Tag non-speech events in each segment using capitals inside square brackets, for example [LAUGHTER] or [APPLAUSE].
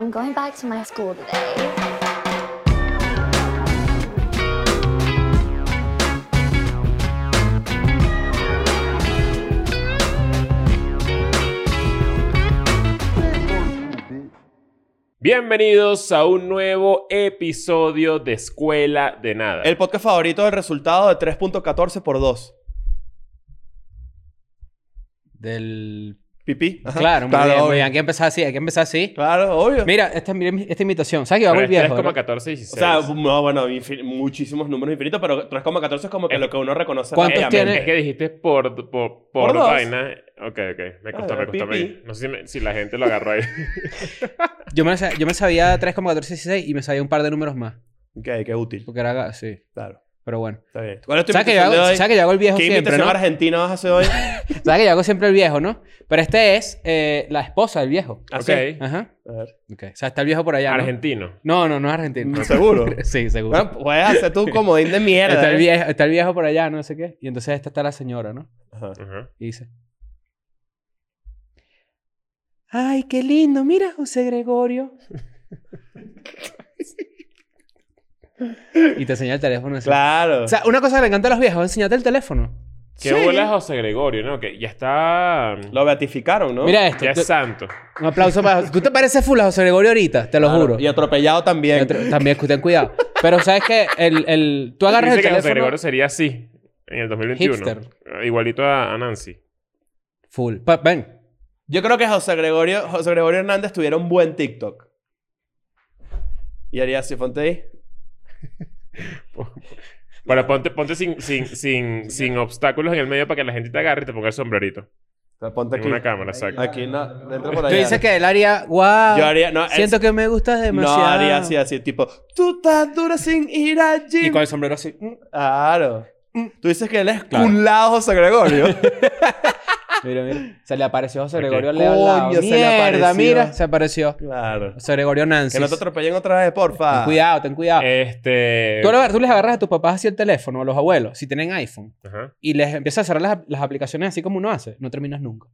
I'm going back to my school today. Bienvenidos a un nuevo episodio de Escuela de Nada. El podcast favorito del resultado de 3.14 por 2. Del. Pipí. Ajá. Claro, muy claro, bien, muy obvio. bien. Hay que empezar así, hay que empezar así. Claro, obvio. Mira, esta, mira mi- esta imitación. ¿Sabes que va Pero muy este es viejo? verdad? 3,14 y o 16. sea, no, bueno, infin- muchísimos números infinitos, pero 3,14 es como que Es- lo que uno reconoce. Eh, ¿Cuántos Eh, tiene? Es que dijiste por, por, por, Por dos. vaina. Ok, ok. Me costó, Ah, me costó. me- pipí. No sé si, me- si la gente lo agarró ahí. Yo me, sa- yo me sabía 3,1416 y me sabía un par de números más. Ok, qué útil. Porque era ga- sí. Claro. Pero bueno. Está bien. ¿Cuál es tu ¿Sabes que, yo imitación hago, de hoy? sabes que yo hago el viejo ¿Qué siempre, imitación no? argentina vas [LAUGHS] a hacer hoy? ¿Sabes que yo hago siempre el viejo, no? Pero este es eh, la esposa del viejo. Así. Ok. Ajá. A ver. Ok. O sea, está el viejo por allá. ¿no? Argentino. No, no, no es argentino. ¿Seguro? [LAUGHS] sí, seguro. Bueno, puedes hacer tu comodín de mierda. está, el ¿eh? viejo, está el viejo por allá, no sé qué. Y entonces esta está la señora, ¿no? Ajá. Ajá. Y dice. Ay, qué lindo. Mira, José Gregorio. [LAUGHS] y te enseña el teléfono. así. Claro. O sea, una cosa que le encanta a los viejos es enseñarte el teléfono. Qué Sí. bola es José Gregorio, ¿no? Que ya está. Lo beatificaron, ¿no? Mira esto. Ya es Te- santo. un aplauso para... Tú te pareces full a José Gregorio ahorita, te lo Claro. juro. Y atropellado también. Otro- También, que ten cuidado. Pero sabes que el, el... tú agarras Dice el que José teléfono... Gregorio sería así en el 2021. Hipster. Eh, Igualito a, a Nancy. Full. Pa- ven. Yo creo que José Gregorio, José Gregorio Hernández tuviera un buen TikTok. Y haría así, ponte ahí. Bueno, ponte, ponte sin, sin, sin, sin obstáculos en el medio para que la gente te agarre y te ponga el sombrerito. O sea, ponte En aquí. una cámara, exacto. Aquí, no. Dentro por Tú allá. dices que él haría... Wow. Yo haría- no, Siento es- que me gustas No, demasiado. haría así, así, tipo... Tú estás dura sin ir al gym. Y con el sombrero así... mm. Claro. Tú dices que él es Claro. un lado [LAUGHS] José Gregorio. [LAUGHS] Mira, mira. Se le apareció José Ok. Gregorio Leo al lado. Coño, se le Mierda, apareció. mira. Se apareció. claro. José Gregorio Nancy. Que no te atropellen otra vez, porfa. Ten cuidado, ten cuidado. Eh, Este. Ah. Tú, le- tú les agarras a tus papás así el teléfono, a los abuelos, si tienen iPhone, Ajá. y les empiezas a cerrar las, las aplicaciones así como uno hace, no terminas nunca.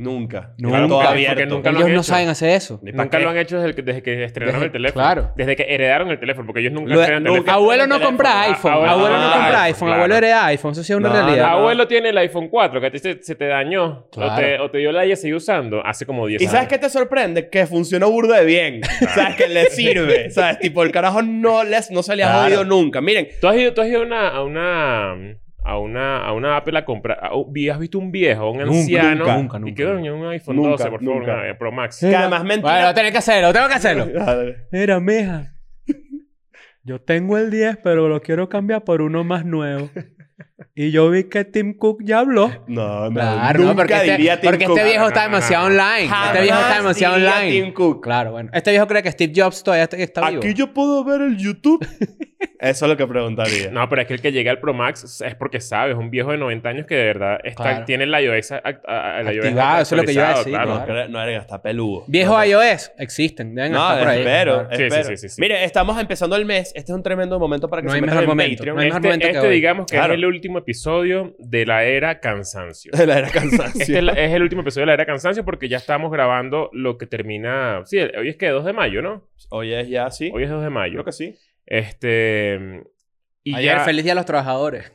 Nunca. Nunca. Claro, todo Porque abierto. nunca lo ellos han no hecho. saben hacer eso. Ni pa' Nunca qué. lo han hecho desde que, desde que estrenaron Desde- el teléfono. claro. Desde que heredaron el teléfono, porque ellos nunca Lo- heredan nunca- teléfono. Abuelo no teléfono. compra Ah, iPhone, abuelo abuelo no no compra compra iPhone, claro. abuelo hereda iPhone, eso sí es una No, realidad. no. Abuelo tiene el iPhone 4, que a ti se, se te dañó. O, Claro. te, o te dio la y sigue usando hace como 10 ¿Y años. sabes qué te sorprende? Que funcionó burda de bien. ¿Sabes? Que le sirve. ¿Sabes? Tipo, el carajo no, les, no se le ha Claro. jodido nunca. Miren. ¿Tú has ido, tú has ido a una, a una... A una, a una Apple a comprar... a un- ¿Has visto un viejo, un Nunca, anciano? nunca, nunca, ¿Y nunca, qué coño? Un iPhone Nunca, 12, por favor. nunca. una, eh, Pro Max. Que además mentira. Bueno, lo tengo que hacerlo, tengo que [LAUGHS] hacerlo. Madre. Mira, meja. Yo tengo el 10, pero lo quiero cambiar por uno más nuevo. Y yo vi que Tim Cook ya habló. No, no. Claro, nunca no, porque, este, diría Tim porque Cook. este viejo está No, no, no, demasiado no. online. este Jamás viejo está demasiado diría online. Tim Cook. Claro, bueno. Este viejo cree que Steve Jobs todavía está- está vivo. Aquí yo puedo ver el [LAUGHS] YouTube. Eso es lo que preguntaría. No, pero es que el que llega al Pro Max es porque sabe. Es un viejo de 90 años que de verdad está, Claro. tiene el iOS... act- a- a- el iOS Activado, eso es lo que yo iba a actualizado, decir, claro. No, cre- no, verga, está peludo. Viejo no, iOS existen. Deben No, estar por ahí. espero, Claro. Sí, sí, espero. sí, sí, sí. Mire, estamos empezando el mes. Este es un tremendo momento para que No se hay metan mejor en momento. Patreon. No hay mejor Este, momento que este hoy. digamos que Claro. es el último episodio de la [LAUGHS] era cansancio. [LAUGHS] De la era cansancio. Este es, la- es el último episodio de la era cansancio porque ya estamos grabando lo que termina. Sí, el- hoy es que 2 de mayo, ¿no? Hoy es ya sí. Hoy es 2 de mayo. Creo que sí. Este. Y Ayer, ya, feliz día a los trabajadores.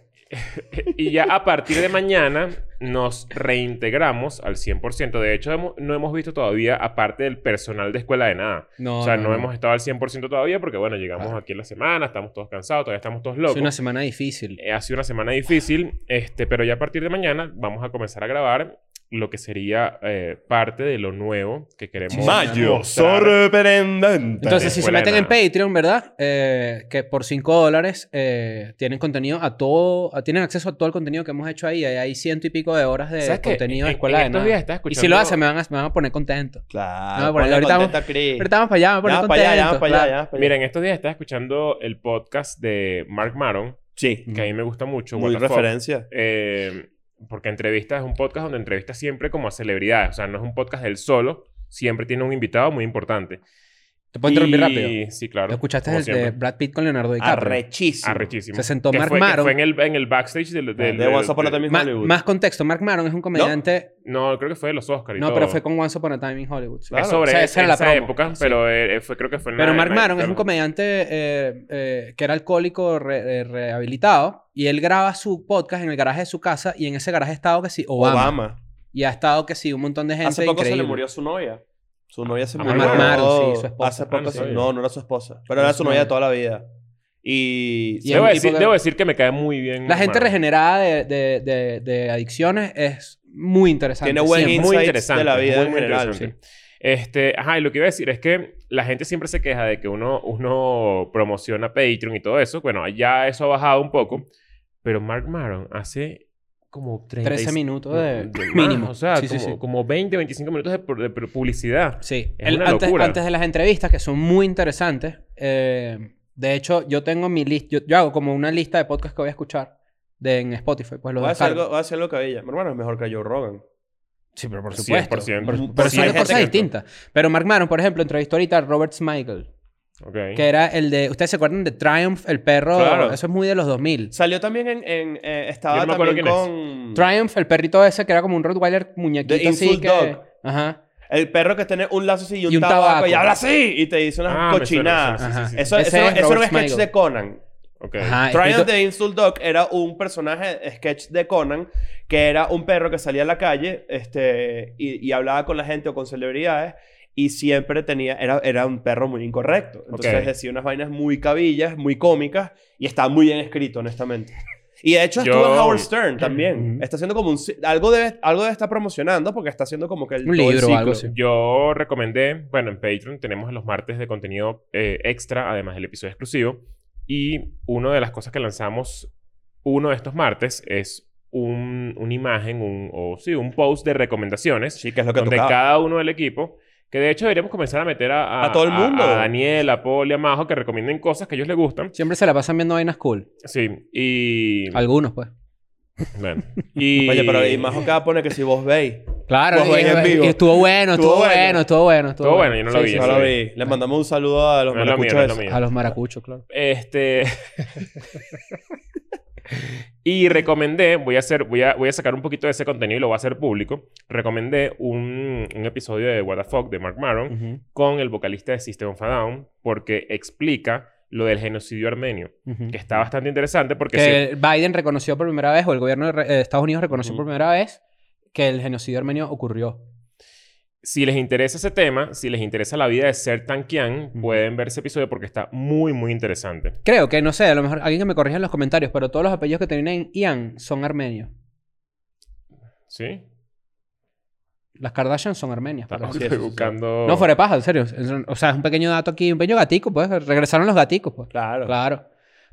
y ya a partir de mañana nos reintegramos al 100%. De hecho, hemos- no hemos visto todavía, aparte del personal de escuela de nada. No, o sea, no, hemos estado al 100% todavía porque, bueno, llegamos Claro. aquí en la semana, estamos todos cansados, todavía estamos todos locos. Es una semana difícil. Eh, ha sido una semana difícil, este, pero ya a partir de mañana vamos a comenzar a grabar lo que sería eh, parte de lo nuevo que queremos. Mayo. mostrar. Sorprendente. Entonces, si se Escuela de meten en nada. Patreon, ¿verdad? Eh, que por 5 dólares eh, tienen contenido a todo, a- tienen acceso a todo el contenido que hemos hecho ahí. Ahí hay ciento y pico de horas de ¿Sabes qué? contenido de En- escuela en de estos nada. días estaba y si escuchando- lo hacen, me van a, me van a poner contento. Claro. No, por ahí ponle ahorita vamos- contento a Chris. Pero estamos para allá, me van a Ya, poner para allá, ya, contento, para allá, claro. ya, para allá. Mira, en estos días estaba escuchando el podcast de Mark Maron, Sí. que a mí me gusta mucho. Muy What the Fuck. referencia. Eh, porque entrevista es un podcast donde entrevista siempre como a celebridades. O sea, no es un podcast del solo. Siempre tiene un invitado muy importante. Te puedo interrumpir Y- rápido. Sí, claro. ¿Lo escuchaste como el de siempre. Brad Pitt con Leonardo DiCaprio? Arrechísimo. Arrechísimo. Se sentó Que Mark fue, que Maron. fue en el, en el backstage del... del, De del- Once Upon a del- Time in Ma- Hollywood. más contexto, Mark Maron es un comediante. No, creo que fue de los Oscars y No, todo. pero fue con Once Upon a Time in Hollywood. sí. Claro. Es sobre O sea, esa esa, era la promo. época, Sí. pero eh, fue, creo que fue... en Pero la- Mark en la- Maron es un claro. comediante eh, eh, que era alcohólico re- eh, rehabilitado y él graba su podcast en el garaje de su casa y en ese garaje ha estado que sí Obama. Obama. Y ha estado que sí un montón de gente Hace poco se increíble. Oh, le murió su novia. Su novia se Ah, murió. Mark Maron, sí, su esposa. Hace Ah, poco no su- sabía. No, no era su esposa. Pero era su novia de toda la vida. Y. Y Debo es un decir, tipo que- debo decir que me cae muy bien. La gente Maron. regenerada de, de- de- de adicciones es muy interesante. Tiene buen siempre. insight. muy insights interesante. de la vida muy, en muy general. interesante. Este, ajá, y lo que iba a decir es que la gente siempre se queja de que uno, uno promociona Patreon y todo eso. Bueno, ya eso ha bajado un poco. Pero Mark Maron hace como 30 y- 13 minutos de, de más, mínimo. o sea, sí, como, sí, sí. como 20, 25 minutos de, pu- de pu- publicidad. Sí. Es El- una antes, locura. antes de las entrevistas, que son muy interesantes. eh, de hecho, yo tengo mi lista. Yo, yo hago como una lista de podcasts que voy a escuchar de, en Spotify. Pues lo Voy a hacer descargo. algo, voy a hacer algo cabella. Mi hermano es mejor que Joe Rogan. Sí, pero por 100%. supuesto. Por- Por pero son dos 100%. cosas distintas. Pero Mark Maron, por ejemplo, entrevistó ahorita a Robert Smigel. Ok. Que era el de... ¿Ustedes se acuerdan de Triumph, el perro? Claro. Eso es muy de los 2000. Salió también en. en, eh, estaba Yo no me acuerdo también con. Triumph, el perrito ese que era como un Rottweiler muñequito The así Insult que... Dog. Ajá. El perro que tiene un lazo así y un, tabaco, y habla así. Y te dice unas Ah, me suena, cochinadas. me suena, sí, sí, sí. Eso, Ese eso, es eso era un Robert sketch Smigel. de Conan. ok. Ajá. Triumph escrito- de Insult Dog era un personaje eh, sketch de Conan que era un perro que salía a la calle este, y, y hablaba con la gente o con celebridades y siempre tenía, era, era un perro muy incorrecto. Entonces Ok. decía unas vainas muy cabillas, muy cómicas y estaba muy bien escrito, honestamente. Y de hecho estuvo Yo- en Howard Stern también. Ujú. Está haciendo como un... ci- Algo debe, algo debe estar promocionando porque está haciendo como que el, Un todo el libro o algo ciclo. así. Yo recomendé, bueno, en Patreon tenemos los martes de contenido eh, extra, además del episodio exclusivo. Y una de las cosas que lanzamos uno de estos martes es un, una imagen, un, o sí, un post de recomendaciones Sí, que es lo que donde tocaba. cada uno del equipo, que de hecho deberíamos comenzar a meter a, A todo el mundo. a, Daniel, a Paul y a Majo, que recomienden cosas que a ellos les gustan. Siempre se la pasan viendo vainas cool. Sí, y... Algunos, pues. Bueno, y... [LAUGHS] Oye, pero [LAUGHS] y más acá pone que si vos veis... Claro. Los y- veis en y vivo. estuvo bueno, Estuvo estuvo bueno. bueno, estuvo bueno. Estuvo bueno, yo no lo vi, No sí. lo vi. Les mandamos un saludo a los No es lo mío, maracuchos no es lo esos. mío. A los maracuchos, claro. Este. y recomendé, voy a hacer, voy a, voy a sacar un poquito de ese contenido y lo voy a hacer público. Recomendé un, un episodio de What the Fuck de Mark Maron Ujú, con el vocalista de System of a Down, porque explica lo del genocidio armenio, ujú. que está bastante interesante porque sí, Que Biden reconoció por primera vez, o el gobierno de re- eh, Estados Unidos reconoció Ujú. por primera vez que el genocidio armenio ocurrió. si les interesa ese tema, si les interesa la vida de Ser Tankian, Ujú. pueden ver ese episodio porque está muy, muy interesante. Creo que, no sé, a lo mejor alguien que me corrija en los comentarios, pero todos los apellidos que terminan en Ian son armenios. ¿Sí? Las Kardashian son armenias. por Estamos sí, sí, sí. buscando... No, fuera de paja, en serio. Es un- O sea, es un pequeño dato aquí, un pequeño gatico, pues. Regresaron los gaticos, pues. Claro. Claro.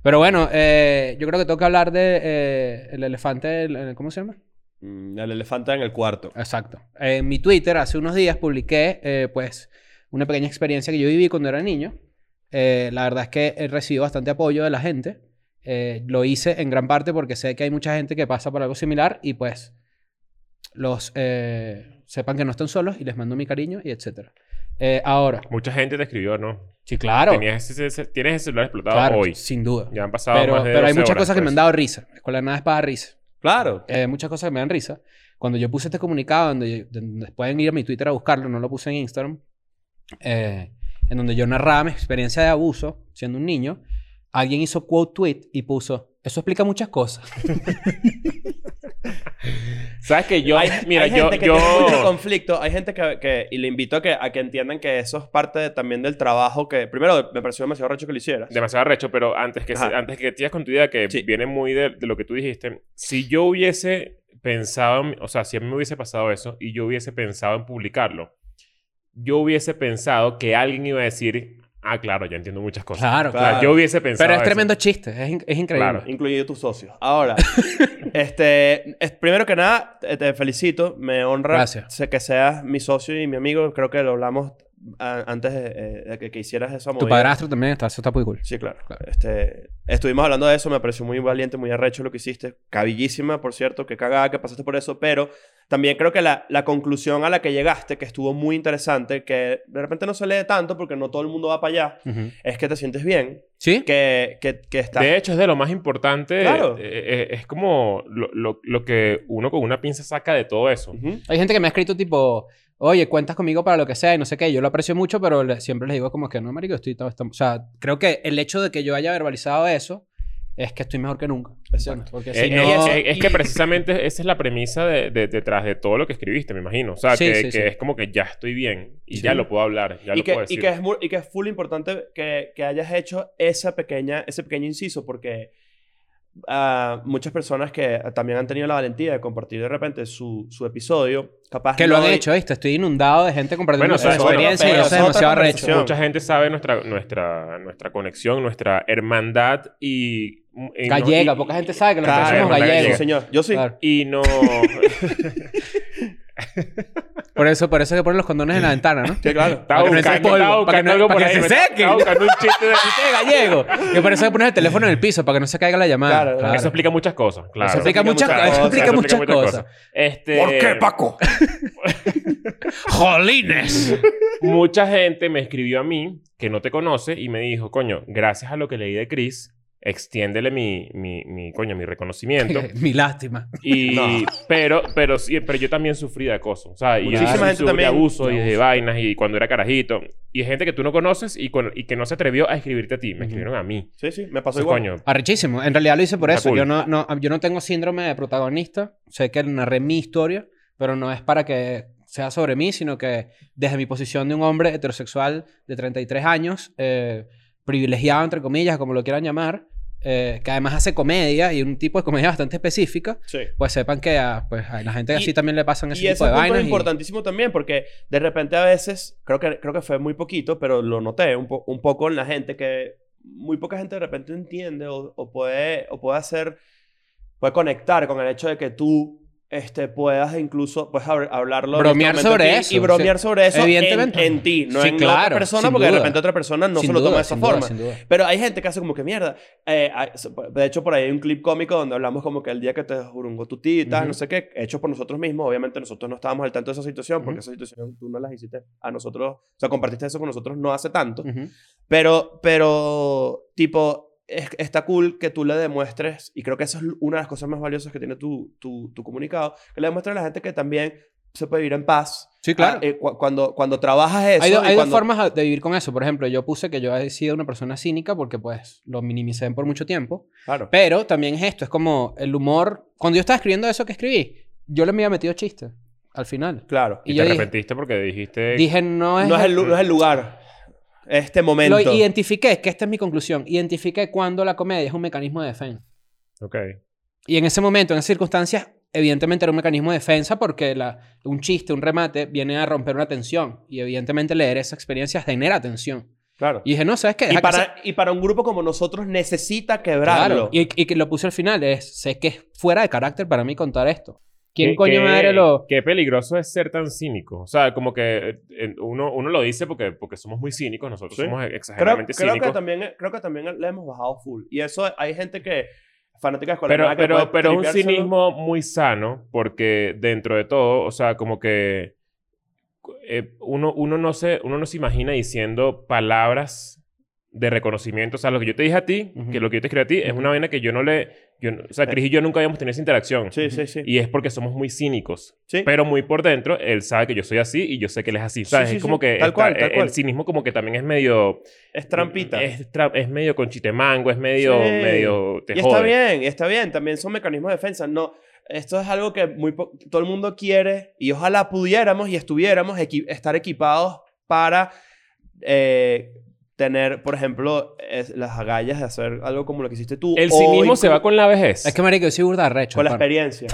Pero bueno, eh, yo creo que tengo que hablar de eh, el elefante, el- el- ¿cómo se llama? Mm, El elefante en el cuarto. Exacto. En mi Twitter hace unos días publiqué, eh, pues, una pequeña experiencia que yo viví cuando era niño. Eh, la verdad es que he recibido bastante apoyo de la gente. Eh, lo hice en gran parte porque sé que hay mucha gente que pasa por algo similar y pues los eh, sepan que no están solos y les mando mi cariño y etcétera. Eh, ahora, Mucha gente te escribió, ¿no? sí, claro. Tenías ese- ese- tienes ese celular explotado Claro, hoy. sin duda. Ya han pasado Pero, más de pero hay 12 muchas horas, cosas que me pues. han dado risa. Escuela de nada es para dar risa. Claro. Eh, muchas cosas que me dan risa. Cuando yo puse este comunicado, donde, donde pueden ir a mi Twitter a buscarlo, no lo puse en Instagram, eh, en donde yo narraba mi experiencia de abuso siendo un niño, alguien hizo quote tweet y puso, eso explica muchas cosas. Sabes que yo, hay, mira, hay yo, gente que yo, tiene mucho conflicto. Hay gente que, que- y le invito a que, a que entiendan que eso es parte de- también del trabajo que, primero, me pareció demasiado recho que lo hicieras. demasiado recho, pero antes que, se- Ajá. antes que te digas con tu idea, que Sí. viene muy de, de lo que tú dijiste, si yo hubiese pensado, en- o sea, si a mí me hubiese pasado eso y yo hubiese pensado en publicarlo, yo hubiese pensado que alguien iba a decir, ah, claro, ya entiendo muchas cosas. Claro, O sea, claro. yo hubiese pensado Pero es eso. tremendo chiste, es, in- es increíble. Claro. Incluido tus socios. Ahora, [LAUGHS] este, es- primero que nada, te, te felicito. Me honra Gracias. sé que seas mi socio y mi amigo. Creo que lo hablamos a- antes de, eh, de que, que hicieras esa Tu movida. padrastro también está, eso está muy cool. Sí, claro. Claro. Este, estuvimos hablando de eso, me pareció muy valiente, muy arrecho lo que hiciste. Cabillísima, por cierto, que cagada que pasaste por eso, pero También creo que la, la conclusión a la que llegaste, que estuvo muy interesante, que de repente no se lee tanto porque no todo el mundo va para allá, Ujú. es que te sientes bien, ¿Sí? que, que, que estás... De hecho, es de lo más importante. Claro. eh, eh, es como lo, lo- lo que uno con una pinza saca de todo eso. Ujú. Hay gente que me ha escrito tipo, oye, cuentas conmigo para lo que sea y no sé qué. Yo lo aprecio mucho, pero le- siempre les digo como que no, marico, estoy... tam- tam-". O sea, creo que el hecho de que yo haya verbalizado eso es que estoy mejor que nunca. Es cierto. Porque Eh, si eh, no... es, es que precisamente esa es la premisa de- de- detrás de todo lo que escribiste, me imagino. O sea, Sí, que, sí, que sí. es como que ya estoy bien y Sí. ya lo puedo hablar, ya y, lo que, puedo y decir. que es muy- y que es full importante que, que hayas hecho esa pequeña, ese pequeño inciso, porque ah, muchas personas que también han tenido la valentía de compartir de repente su, su episodio, capaz Que lo no han hay- hecho, ¿viste? Estoy inundado de gente compartiendo Bueno, su eso es bueno, experiencia pero y eso es es otra demasiado arrecho. conversación. Mucha gente sabe nuestra, nuestra, nuestra conexión, nuestra hermandad y... y- Gallega, y- poca gente sabe que nosotros Claro, somos hermana Sí, gallega. gallegos. señor. Yo sí. Claro. [LAUGHS] Y no... Por eso, por eso que ponen los condones en la ventana, [LAUGHS] ¿no? Sí, claro. Para Estaba que no buscando, se polvo, estaba para que buscando no- algo para por que ahí, se me- seque. estaba buscando un chiste de... ¡Chiste de gallego! Que por eso que pones el teléfono en el piso, para que no se caiga la llamada. Claro, Claro. [LAUGHS] Eso explica muchas cosas, claro. Eso explica muchas muchas cosas. Eso cosas, explica eso muchas cosas. Este, Paco? [LAUGHS] ¡Jolines! Mucha gente me escribió a mí que no te conoce y me dijo, coño, gracias a lo que leí de Chris, extiéndele mi, mi, mi coño, mi [LAUGHS] reconocimiento. Mi lástima. Y, No. pero, pero, sí, pero yo también sufrí de acoso. O sea, y Muchísima yo gente sufrí de también. abuso y De de abuso. vainas y cuando era carajito. Y gente que tú no conoces y, con- y que no se atrevió a escribirte a ti. Me Ujú. escribieron a mí. Sí, sí, me pasó Entonces, igual. coño, Arrechísimo. En realidad lo hice por Está eso. cool. Yo, no, no, yo no tengo síndrome de protagonista. Sé que narré mi historia, pero no es para que sea sobre mí, sino que desde mi posición de un hombre heterosexual de 33 años, eh, privilegiado, entre comillas, como lo quieran llamar, eh, que además hace comedia y un tipo de comedia bastante específica, Sí. pues sepan que a, pues, a la gente Y- así también le pasan ese y ese tipo de punto vainas. es y- importantísimo también porque de repente a veces, creo que, creo que fue muy poquito, pero lo noté un, po- un poco en la gente que muy poca gente de repente entiende o, o puede, o puede hacer, puede conectar con el hecho de que tú este, puedas incluso puedes hab- hablarlo. en Bromear este momento sobre aquí eso, Y bromear sobre eso en, Evidentemente. en ti, no Sí, en la claro, otra persona sin porque duda. de repente otra persona no sin se lo duda, toma de esa sin duda, forma. sin duda. Pero hay gente que hace como que mierda. Eh, hay- so- de hecho, por ahí hay un clip cómico donde hablamos como que el día que te jurungó tu tita, Ujú. no sé qué, hecho por nosotros mismos. Obviamente, nosotros no estábamos al tanto de esa situación porque Ujú. esa situación tú no las hiciste a nosotros, o sea, compartiste eso con nosotros no hace tanto. Ujú. Pero, pero, tipo, es- está cool que tú le demuestres, y creo que eso es una de las cosas más valiosas que tiene tu, tu, tu comunicado, que le demuestres a la gente que también se puede vivir en paz. Sí, claro. Ah, eh, cu- cuando, cuando trabajas eso. hay do- y hay dos cuando- formas a- de vivir con eso. Por ejemplo, yo puse que yo he sido una persona cínica porque pues lo minimicé por mucho tiempo. Claro. Pero también es esto, es como el humor. Cuando yo estaba escribiendo eso que escribí, yo le había metido chiste al final. Claro. y, Y te yo dije- arrepentiste porque dijiste... Dije, no es... No es, el, lu- no es el lugar. Este momento. lo identifiqué, que esta es mi conclusión. Identifiqué cuando la comedia es un mecanismo de defensa. Ok. Y en ese momento, en esas circunstancias, evidentemente era un mecanismo de defensa porque la, un chiste, un remate, viene a romper una tensión. Y evidentemente leer esa experiencia genera tensión. Claro. Y dije, no, ¿sabes qué? Y Deja que se- para, y para un grupo como nosotros necesita Claro. quebrarlo. Y, y que lo puse al final es, sé que es fuera de carácter para mí contar esto. ¿Quién Qué- coño qué- madre lo...? Qué peligroso es ser tan cínico. O sea, como que eh, uno, uno lo dice porque, porque somos muy cínicos. Nosotros Sí. somos creo, exageradamente creo cínicos. que también, creo que también le hemos bajado full. Y eso hay gente que. Fanáticas con pero, pero, pero es un cinismo muy sano porque dentro de todo, o sea, como que eh, uno, uno, no se, uno no se imagina diciendo palabras de reconocimiento. O sea, lo que yo te dije a ti, Ujú. que lo que yo te escribí a ti, es una vaina que yo no le... yo no- o sea, Cris y yo nunca habíamos tenido esa interacción. Eh. Sí, sí, sí. Y es porque somos muy cínicos. Sí. Pero muy por dentro, él sabe que yo soy así y yo sé que él es así. ¿Sabes? sí, es sí. como que Tal está- cual, tal el cual. cinismo como que también es medio... es trampita. Es, tra- es medio conchitemango, es medio... Sí. medio te y está jode. bien, y está bien. También son mecanismos de defensa. No, esto es algo que muy po- todo el mundo quiere y ojalá pudiéramos y estuviéramos equi- estar equipados para eh, tener, por ejemplo, es- las agallas de hacer algo como lo que hiciste tú. El o cinismo se incluso va con la vejez. Es que, marico, yo soy burda de arrecho. con la pana. [LAUGHS] experiencia.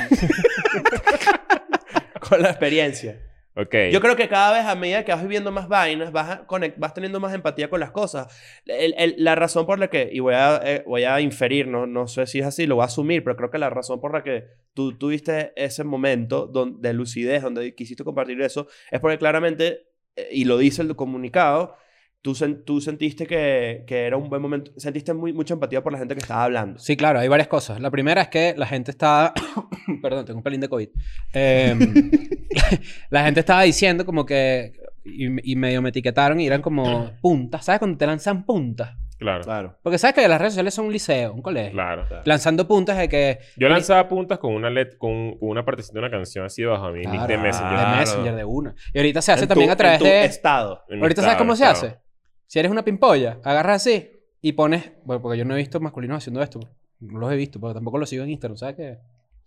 con la experiencia. Ok. Yo creo que cada vez a medida que vas viviendo más vainas, vas, a conect- vas teniendo más empatía con las cosas. El- el- la razón por la que, y voy a, eh, voy a inferir, no, no sé si es así, lo voy a asumir, pero creo que la razón por la que tú tuviste ese momento don- de lucidez, donde quisiste compartir eso, es porque claramente, eh, y lo dice el comunicado, tú, sen- tú sentiste que, que era un buen momento, sentiste muy, mucha empatía por la gente que estaba hablando. Sí, claro, hay varias cosas. La primera es que la gente está. [COUGHS] Perdón, tengo un pelín de COVID. Em, [LAUGHS] la gente estaba diciendo como que. Y, y medio me etiquetaron y eran como puntas. ¿Sabes cuando te lanzan puntas? Claro, Claro. Porque sabes que las redes sociales son un liceo, un colegio. claro. Lanzando puntas de que. Yo lanzaba puntas con una let con, con una partecita de una canción así bajo mi nick de Claro, Messenger. De Claro. Messenger, de una. Y ahorita se hace En tu- también a través en tu de. estado. En mi Ahorita sabes estado, cómo se estado. hace. Si eres una pimpolla, agarras así y pones. Bueno, porque yo no he visto masculinos haciendo esto. No los he visto, pero tampoco los sigo en Instagram, ¿sabes qué?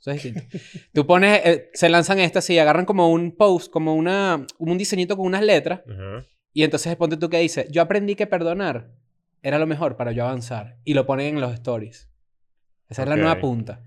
Eso es distinto. Tú pones, eh, se lanzan estas y agarran como un post, como una, un diseñito con unas letras. Ajá. Y entonces ponte tú que dice, yo aprendí que perdonar era lo mejor para yo avanzar. Y lo ponen en los stories. Esa es la Ok. nueva punta.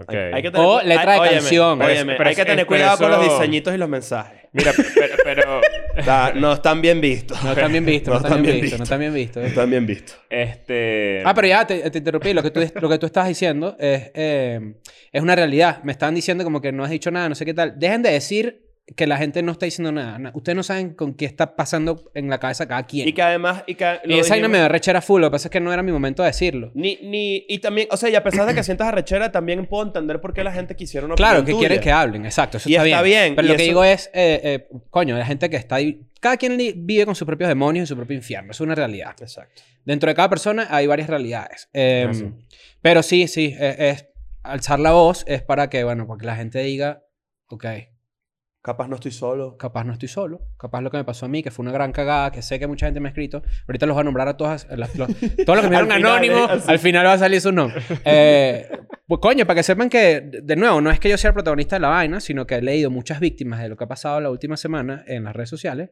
Ok. Hay- hay que O letra de óyeme, canción. óyeme, Pero es- pero hay que es- pero tener cuidado con los eso- diseñitos y los mensajes. Mira, pero, pero [LAUGHS] O sea, no están bien vistos. [LAUGHS] No están bien vistos, no, No están bien están bien vistos, no están bien vistos. No están bien vistos. este. Ah, pero ya te, te interrumpí. Lo que tú, lo que tú estás diciendo es, eh, es una realidad. Me están diciendo como que no has dicho nada, no sé qué tal. Dejen de decir que la gente no está diciendo nada. Na- Ustedes no saben con qué está pasando en la cabeza cada quien. Y Y, que además... Y, que lo esa vaina dijimos- me da rechera full. Lo que pasa es que no era mi momento de decirlo. Ni, ni, y también, o sea, y a pesar de que sientas arrechera, también puedo entender por qué la gente quisiera una Claro, opinión que tuya. quieren que hablen. Exacto, eso Y está, está bien, Pero y lo que eso- digo es, eh, eh, coño, la gente que está ahí... Cada quien li- vive con sus propios demonios y su propio infierno. Es una realidad. Exacto. Dentro de cada persona hay varias realidades. Eh, Gracias. pero sí, sí, eh, es, alzar la voz es para que, bueno, para que la gente diga, ok, Capaz no estoy solo. capaz no estoy solo, capaz lo que me pasó a mí, que fue una gran cagada, que sé que mucha gente me ha escrito, ahorita los voy a nombrar a todas, a las- [LAUGHS] los- todos los que me Al dieron final, anónimo, ¿eh? Así. al final va a salir su nombre. Eh, pues coño, para que sepan que, de de nuevo, no es que yo sea el protagonista de la vaina, sino que he leído muchas víctimas de lo que ha pasado la última semana en las redes sociales,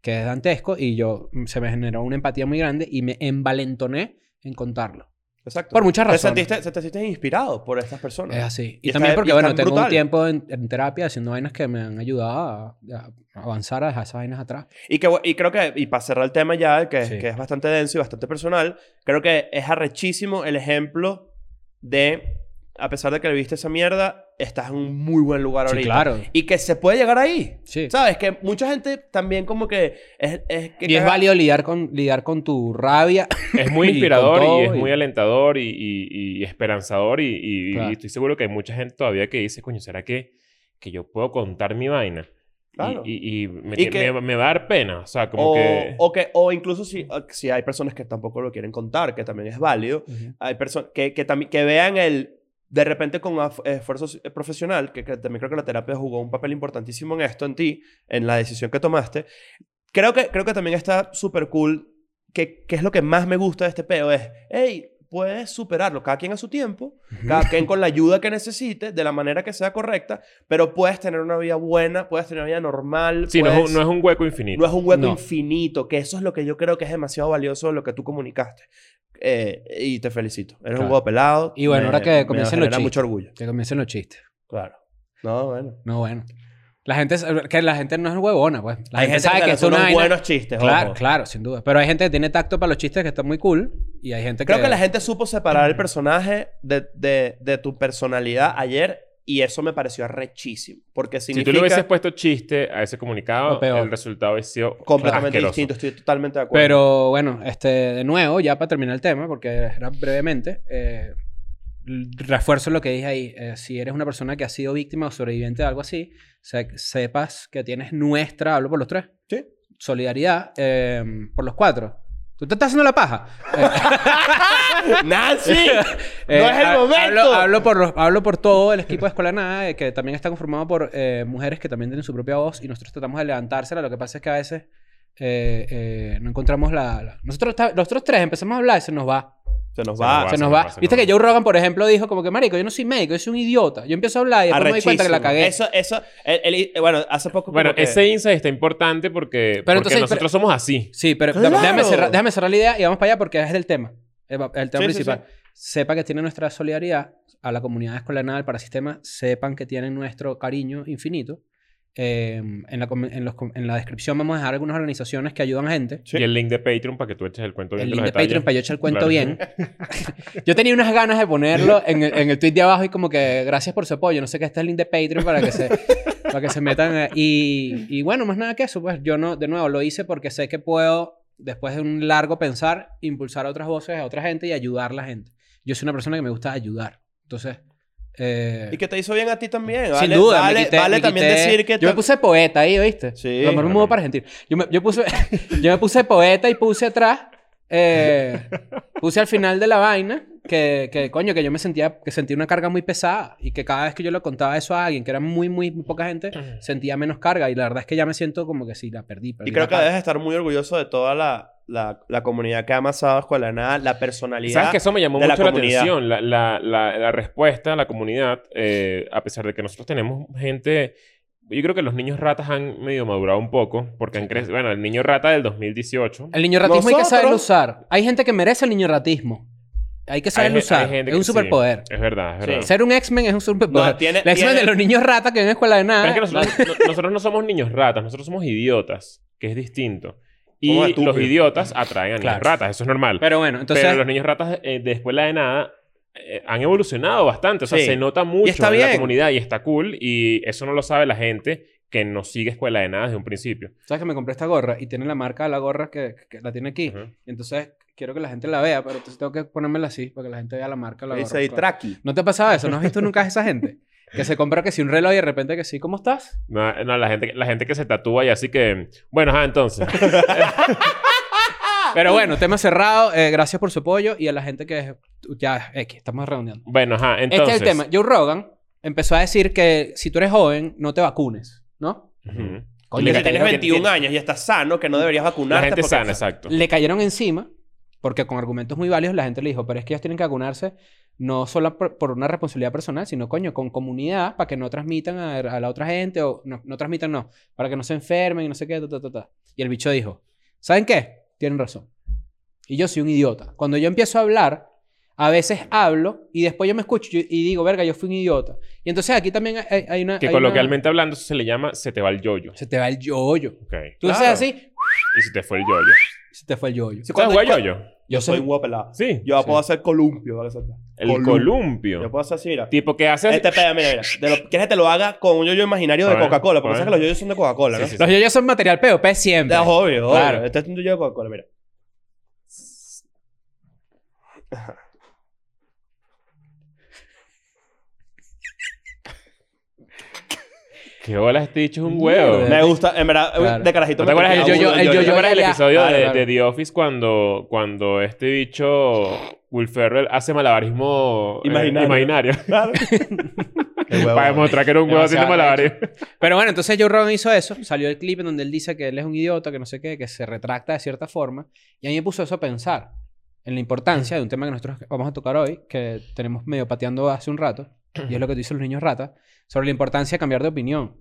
que es dantesco, y yo mm, se me generó una empatía muy grande y me envalentoné en contarlo. Exacto. Por muchas razones. Te sentiste, te sentiste inspirado por estas personas. Es así. Y, Y también está- porque, y bueno, están tengo un brutales. tiempo en, en terapia haciendo vainas que me han ayudado a, a avanzar, a dejar esas vainas atrás. Y, que, y creo que, y para cerrar el tema ya, que, Sí. que es bastante denso y bastante personal, creo que es arrechísimo el ejemplo de, a pesar de que le viste esa mierda, estás en un muy buen lugar Sí, ahorita. claro. Y que se puede llegar ahí. Sí. ¿Sabes? Que mucha gente también como que es... es que Y es caga- válido lidiar con, lidiar con tu rabia. Es [LAUGHS] muy Y con inspirador y, todo, es y- muy alentador y, y- y esperanzador y, y- y Claro. estoy seguro que hay mucha gente todavía que dice, coño, ¿será que, que yo puedo contar mi vaina? Y- Claro. Y, y me, Y que- me- me va a dar pena, o sea, como O, que... o que- o incluso si, si hay personas que tampoco lo quieren contar, que también es válido, hay personas que, que, también- que vean el, de repente con af- esfuerzo s- eh, profesional, que, que también creo que la terapia jugó un papel importantísimo en esto, en ti, en la decisión que tomaste, creo que, creo que también está súper cool, que, que es lo que más me gusta de este peo, es, hey, puedes superarlo, cada quien a su tiempo, cada quien con la [LAUGHS] ayuda que necesite, de la manera que sea correcta, pero puedes tener una vida buena, puedes tener una vida normal. sí, no es puedes- un- no es un hueco infinito. pues no es un hueco No. infinito, que eso es lo que yo creo que es demasiado valioso de lo que tú comunicaste. Eh, y te felicito. Eres un Claro. huevo pelado. Y bueno, ahora que comiencen los genera mucho chistes. orgullo. Que comiencen los chistes. Claro. No, bueno. No, bueno. La gente, es- que la gente no es huevona, pues. La Hay gente, gente sabe que, le es hace una unos vaina. buenos pues. chistes. Claro, ojo. claro, sin duda. Pero hay gente que tiene tacto para los chistes que están muy cool. Y hay gente que... Creo que la gente supo separar el personaje de, de- de tu personalidad ayer y eso me pareció rechísimo. Porque si significa tú le hubieses puesto chiste a ese comunicado, Lo peor. el resultado hubiese sido completamente asqueroso. distinto. Estoy totalmente de acuerdo. Pero bueno, este, de nuevo, ya para terminar el tema, porque era brevemente, eh, l- refuerzo lo que dije ahí. Eh, si eres una persona que ha sido víctima o sobreviviente de algo así, se- sepas que tienes nuestra, hablo por los tres, Sí. solidaridad eh, por los cuatro. Tú te estás haciendo la paja. [LAUGHS] ¡Nancy! [LAUGHS] Eh, ¡No es el ha- momento! Hablo, hablo por los- hablo por todo el equipo de Escuela de Nada, eh, que también está conformado por eh, mujeres que también tienen su propia voz y nosotros tratamos de levantársela. Lo que pasa es que a veces eh, eh, no encontramos la... la- Nosotros, está- nosotros tres empezamos a hablar y se nos va. Se nos Se va. nos se nos va. se Viste nos que Joe Rogan, por ejemplo, dijo como que, marico, yo no soy médico, yo soy un idiota. Yo empiezo a hablar y después me doy cuenta que la Arrechísimo. cagué. Eso, eso. el- el- bueno, hace poco. como Bueno, que- ese insight está importante porque, porque entonces- nosotros somos así. Sí, pero ¡Claro! déjame, cerrar, déjame cerrar la idea y vamos para allá porque es del tema. El, el tema Sí, sí, principal. Sepa que tiene nuestra solidaridad a la comunidad escolar nada del parasistema. Sepan que tienen nuestro cariño infinito. Eh, en, la, com- en los com- en la descripción vamos a dejar algunas organizaciones que ayudan a gente. Sí. Y el link de Patreon para que tú eches el cuento bien El de link los de detalles. Patreon para yo echar el cuento Claro. bien. yo tenía unas ganas de ponerlo en el, en el tweet de abajo y como que gracias por su apoyo. No sé qué este es el link de Patreon para que se, para que se metan. eh, Y, y bueno, más nada que eso. Pues yo no, de nuevo, lo hice porque sé que puedo después de un largo pensar, impulsar a otras voces, a otra gente y ayudar a la gente. Yo soy una persona que me gusta ayudar. Entonces, eh, Y que te hizo bien a ti también. sin [LAUGHS] Vale- duda, me Vale, quité- vale me también quité- decir que... Yo me tam- puse poeta ahí, ¿oíste? Sí. Lo mejor me mudo para Argentina. Yo me, yo puse, [LAUGHS] yo me puse poeta y puse atrás... eh, puse al final de la vaina que, que, coño, que yo me sentía... Que sentía una carga muy pesada. Y que cada vez que yo le contaba eso a alguien, que era muy, muy, muy poca gente, sentía menos carga. Y la verdad es que ya me siento como que sí, la perdí. perdí Y creo la que carga. debes estar muy orgulloso de toda la, la, la comunidad que ha amasado Escuela de Nada, la ¿Sabes personalidad. que eso me llamó de la mucho la, comunidad. atención? La, la- la- la respuesta a la comunidad, eh, a pesar de que nosotros tenemos gente... Yo creo que los niños ratas han medio madurado un poco, porque han crecido... Bueno, el niño rata del 2018... El niño ratismo hay que Nosotros- saberlo usar. Hay gente que merece el niño ratismo. Hay que saberlo Hay gen- hay usar. gente Es un que sí. superpoder. Es verdad, es Sí. verdad. Ser un X-Men es un superpoder. No, tiene- el X-Men tiene- de los niños rata que en escuela de nada. Pero es que [LAUGHS] nosotros, no- nosotros no somos niños ratas, nosotros somos idiotas, que es distinto. Y Somos estúpidos. los idiotas atraen a niños Claro. ratas, eso es normal. Pero, Pero bueno, entonces. los niños ratas eh, de escuela de nada eh, han evolucionado bastante, o sea, Sí. se nota mucho está en la bien. comunidad y está cool y eso no lo sabe la gente que no sigue escuela de nada desde un principio. ¿Sabes que me compré esta gorra? Y tiene la marca de la gorra que, que la tiene aquí. Ujú. Entonces quiero que la gente la vea, pero entonces tengo que ponérmela así para que la gente vea la marca de la gorra. Dice ahí, Claro. Traki. ¿No te ha pasado eso? ¿No has visto nunca a esa [LAUGHS] gente? Que se compra que si un reloj y de repente que sí, ¿cómo estás? No, no, la, gente, la gente que se tatúa y así que... Bueno, ah, [LAUGHS] entonces. Pero bueno, tema cerrado. Eh, gracias por su apoyo y a la gente que es- ya X, estamos redondeando. bueno, ajá, entonces. Este es el tema. Joe Rogan empezó a decir que si tú eres joven, no te vacunes, ¿no? Ujú. Coño, Le Que le, si ca- tienes tiene- 21 años y estás sano, que no deberías La vacunarte. gente porque- sana, exacto. le cayeron encima porque con argumentos muy válidos la gente le dijo, pero es que ellos tienen que vacunarse no solo por, por una responsabilidad personal, sino, coño, con comunidad para que no transmitan a, a la otra gente o no, no transmitan, no, para que no se enfermen y no sé qué, ta, ta, ta, ta. Y el bicho dijo, ¿saben qué? Tienen razón. Y yo soy un idiota. Cuando yo empiezo a hablar, a veces hablo y después yo me escucho y y digo, verga, yo fui un idiota. Y entonces aquí también hay, hay una... Que hay una- coloquialmente hablando eso se le llama se te va el yoyo. Se te va el yoyo. Ok. Tú dices Claro. así, Y se te fue el yoyo. se te fue el yoyo. ¿Sabes Sí, cuando- jugar yoyo? Yo Soy soy un huevo pelado. Sí. Yo puedo hacer columpio. ¿vale? el Colum- columpio. Yo puedo hacer así, mira. Tipo que haces... Este pedo, mira, mira. De lo- ¿Quieres que te lo haga con un yoyo imaginario de A ver, Coca-Cola? a Porque ver. sabes que los yoyos son de Coca-Cola, ¿no? Sí, sí, Los yoyos son material POP siempre. Es obvio, obvio. Claro. Este es un yoyo de Coca-Cola, mira. ¿Qué bola este dicho es un huevo? Mierda. ¿No Me gusta, en verdad, Claro. de carajito. te me acuerdas del tenía yoyo? uno, El yo-yo yoyo era el ya- episodio Claro, de, claro. de The Office cuando, cuando este bicho Will Ferrell hace malabarismo eh, Imaginario. imaginario. [LAUGHS] Claro. Qué [LAUGHS] huevo. Para demostrar que era un huevo haciendo Demasiado malabarismo. Pero bueno, entonces Joe Rogan hizo eso. Salió el clip en donde él dice que él es un idiota, que no sé qué, que se retracta de cierta forma. Y a mí me puso eso a pensar en la importancia de un tema que nosotros vamos a tocar hoy, que tenemos medio pateando hace un rato, y es lo que dicen los niños ratas, sobre la importancia de cambiar de opinión.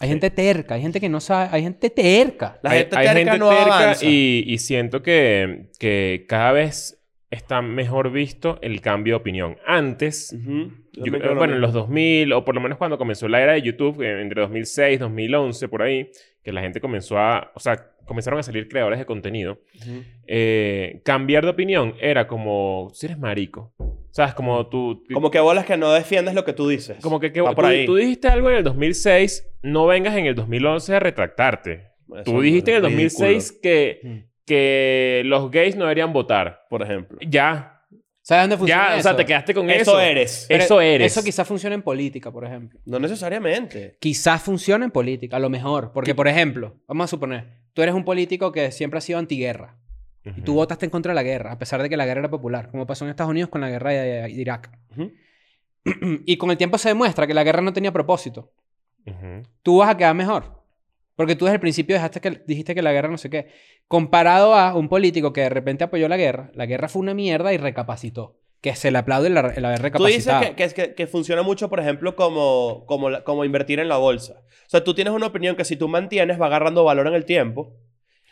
Hay gente terca, hay gente que no sabe, hay gente terca. La Hay- gente hay terca no avanza. y, y siento que, que cada vez está mejor visto el cambio de opinión. Antes, Ujú. Yo- eh, bueno, en los 2000, o por lo menos cuando comenzó la era de YouTube, eh, entre 2006, 2011, por ahí, que la gente comenzó a, o sea, comenzaron a salir creadores de contenido, Ujú. eh, cambiar de opinión era como, si eres marico, ¿sabes? Como tú... Como que bolas que no defiendes lo que tú dices. como que, que Va tú, por ahí. tú dijiste algo en el 2006, no vengas en el 2011 a retractarte. Eso tú es dijiste en el ridículo, 2006 que, que los gays no deberían votar. Por ejemplo. Ya, ¿Sabes dónde funciona ya, o eso? sea, te quedaste con eso. Pues Eso eres. Pero Eso eres. Eso quizás funciona en política, por ejemplo. No necesariamente. quizás funcione en política, a lo mejor. Porque, por ejemplo, vamos a suponer, tú eres un político que siempre ha sido antiguerra. Y tú Ujú. votaste en contra de la guerra, a pesar de que la guerra era popular, como pasó en Estados Unidos con la guerra de, de Irak. Ujú. [CLEARS THROAT] y con el tiempo se demuestra que la guerra no tenía propósito. Ujú. Tú vas a quedar mejor. Porque tú desde el principio dejaste que, dijiste que la guerra no sé qué. Comparado a un político que de repente apoyó la guerra, la guerra fue una mierda y recapacitó. Que se le aplaude el, el haber Tú dices recapacitado. que, que, es que- que funciona mucho, por ejemplo, como, como, la- como invertir en la bolsa. O sea, tú tienes una opinión que si tú mantienes va agarrando valor en el tiempo,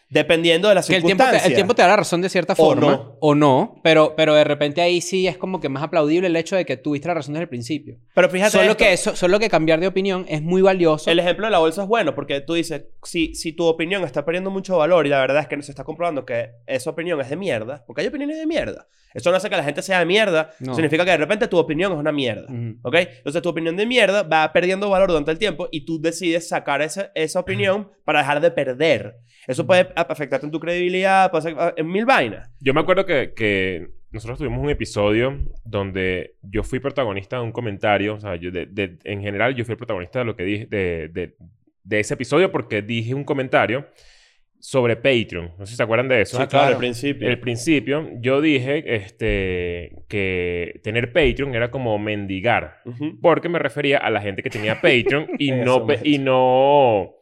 dependiendo de las Que el tiempo, te, circunstancias. el tiempo te da la razón de cierta O forma. no. O no. Pero, pero de repente ahí sí es como que más aplaudible el hecho de que tuviste la razón desde el principio. Pero fíjate Solo esto. que, eso, solo que cambiar de opinión es muy valioso. El ejemplo de la bolsa es bueno porque tú dices, si, si tu opinión está perdiendo mucho valor y la verdad es que se está comprobando que esa opinión es de mierda, porque hay opiniones de mierda. Eso no hace que la gente sea de mierda, No. significa que de repente tu opinión es una mierda. Ujú. ¿Ok? Entonces tu opinión de mierda va perdiendo valor durante el tiempo y tú decides sacar esa, esa opinión para dejar de perder. Eso puede a- afectarte en tu credibilidad, puede hacer- en mil vainas. Yo me acuerdo que, que nosotros tuvimos un episodio donde yo fui protagonista de un comentario. O sea, yo de- de- en general yo fui el protagonista de lo que dije, de, de- de ese episodio porque dije un comentario sobre Patreon. No sé si se acuerdan de eso. Sí, claro, al principio. Al principio yo dije este, que tener Patreon era como mendigar. Ujú. Porque me refería a la gente que [LAUGHS] tenía Patreon y Eso, no... pe- macho. Y no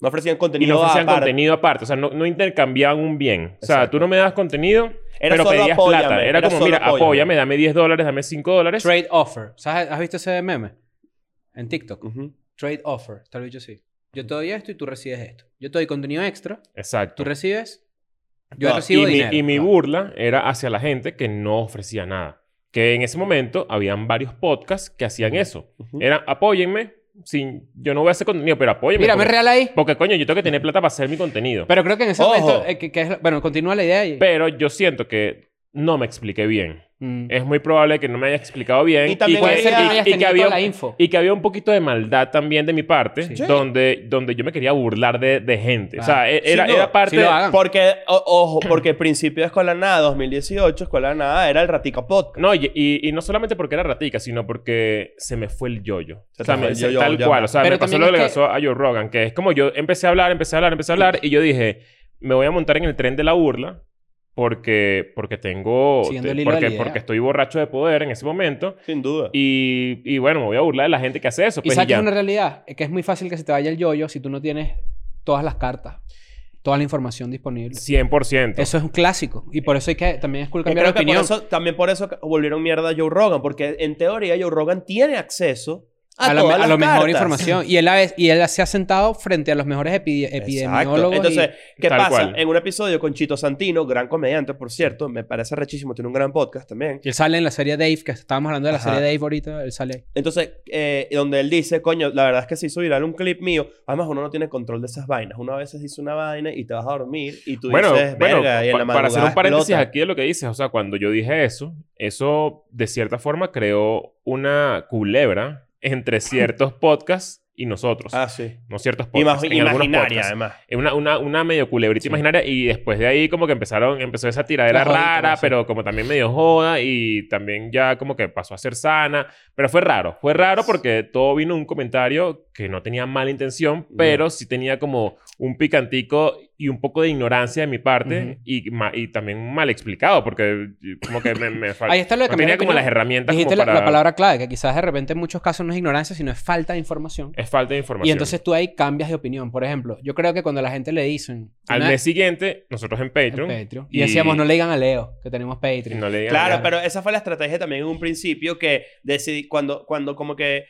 No ofrecían y contenido no ofrecían aparte. contenido aparte. O sea, no, no intercambiaban un bien. O sea, Exacto. tú no me das contenido, Era pero solo pedías apóyame, plata. Era, era como, solo mira, apóyame. apóyame, dame 10 dólares, dame 5 dólares. Trade offer. ¿Sabes? ¿Has visto ese meme? En TikTok. Ujú. Trade offer. Tal vez yo sí. Yo te doy esto y tú recibes esto. Yo te doy contenido extra. Exacto. Tú recibes. Yo Claro, recibo y, dinero. mi, y mi claro. burla era hacia la gente que no ofrecía nada. Que en ese momento habían varios podcasts que hacían eso. Ujú. Era, apóyenme, sin, yo no voy a hacer contenido, pero apóyenme. Mira, me porque, real ahí. porque, coño, yo tengo que tener plata para hacer mi contenido. Pero, Pero creo que en ese Ojo. momento. eh, que, que es, la- bueno, continúa la idea y. yo siento que no me expliqué bien. Mm. Es muy probable que no me haya explicado bien. Y también Puede ser que no y- hayas y que tenido había toda la un- info. Y que había un poquito de maldad también de mi parte, Sí. Sí. donde, donde yo me quería burlar de, de gente. O sea, Ah. e- era, Sin duda. era parte... Sí lo hagan. Porque, o- ojo, porque al principio de Escuela Nada 2018, Escuela Nada era el Ratica Podcast. No, y, y- y no solamente porque era ratica, sino porque se me fue el yoyo. Se o sea, te fue me- el se- yoyo, tal ya. cual. O sea, Pero me pasó también lo que es que- le pasó a Joe Rogan, que es como yo empecé a hablar, empecé a hablar, empecé a hablar, y yo dije, me voy a montar en el tren de la burla porque, porque tengo... Siguiendo el hilo de la porque, idea. porque estoy borracho de poder en ese momento. Sin duda. Y, y bueno, me voy a burlar de la gente que hace eso. Y pues, y sabes que ya. es una realidad, es que es muy fácil que se te vaya el yoyo si tú no tienes todas las cartas, toda la información disponible. 100%. Eso es un clásico. Y por eso hay que también es cool Yo cambiar de creo que por opinión. eso, también por eso que volvieron mierda a Joe Rogan, porque en teoría Joe Rogan tiene acceso a, a la, todas a las la mejor cartas. información. Y él, ha- y él se ha sentado frente a los mejores epi- [LAUGHS] Exacto. epidemiólogos. y- Entonces, ¿qué Tal pasa? cual. En un episodio con Chito Santino, gran comediante, por cierto, me parece rechísimo, tiene un gran podcast también. y él sale en la serie Dave, que estábamos hablando de la Ajá. serie Dave ahorita. Él sale ahí. Entonces, eh, donde él dice, coño, la verdad es que se hizo viral un clip mío. Además, uno no tiene control de esas vainas. Uno a veces dice una vaina y te vas a dormir y tú Bueno, dices, bueno, verga, y en la pa- para hacer madrugada un paréntesis explota. aquí de lo que dices, o sea, cuando yo dije eso, eso de cierta forma creó una culebra entre ciertos podcasts y nosotros. Ah, sí. No ciertos podcasts. Imag- en algunos imaginaria, podcasts. además. Eh, Una, una, una medio culebrita Sí. imaginaria y después de ahí como que empezaron, empezó esa tiradera La jodita, rara, sí. pero como también medio joda y también ya como que pasó a ser sana, pero fue raro, fue raro porque todo vino un comentario que no tenía mala intención, pero sí tenía como un picantico y un poco de ignorancia de mi parte Ujú. y, ma- y también mal explicado porque eh, como que [LAUGHS] me, me falta... Ahí está lo de Pues cambiar no tenía de como opinión. las herramientas como Dijiste la, para... la palabra clave, que quizás de repente en muchos casos no es ignorancia, sino es falta de información. Es falta de información. Y entonces tú ahí cambias de opinión. Por ejemplo, yo creo que cuando a la gente le dicen... Al una- mes siguiente, nosotros en Patreon... en Patreon. Y, decíamos, no le digan a Leo, que tenemos y Patreon. no le digan Claro, nada. pero esa fue la estrategia también en un principio que decidí cuando, cuando como que eh,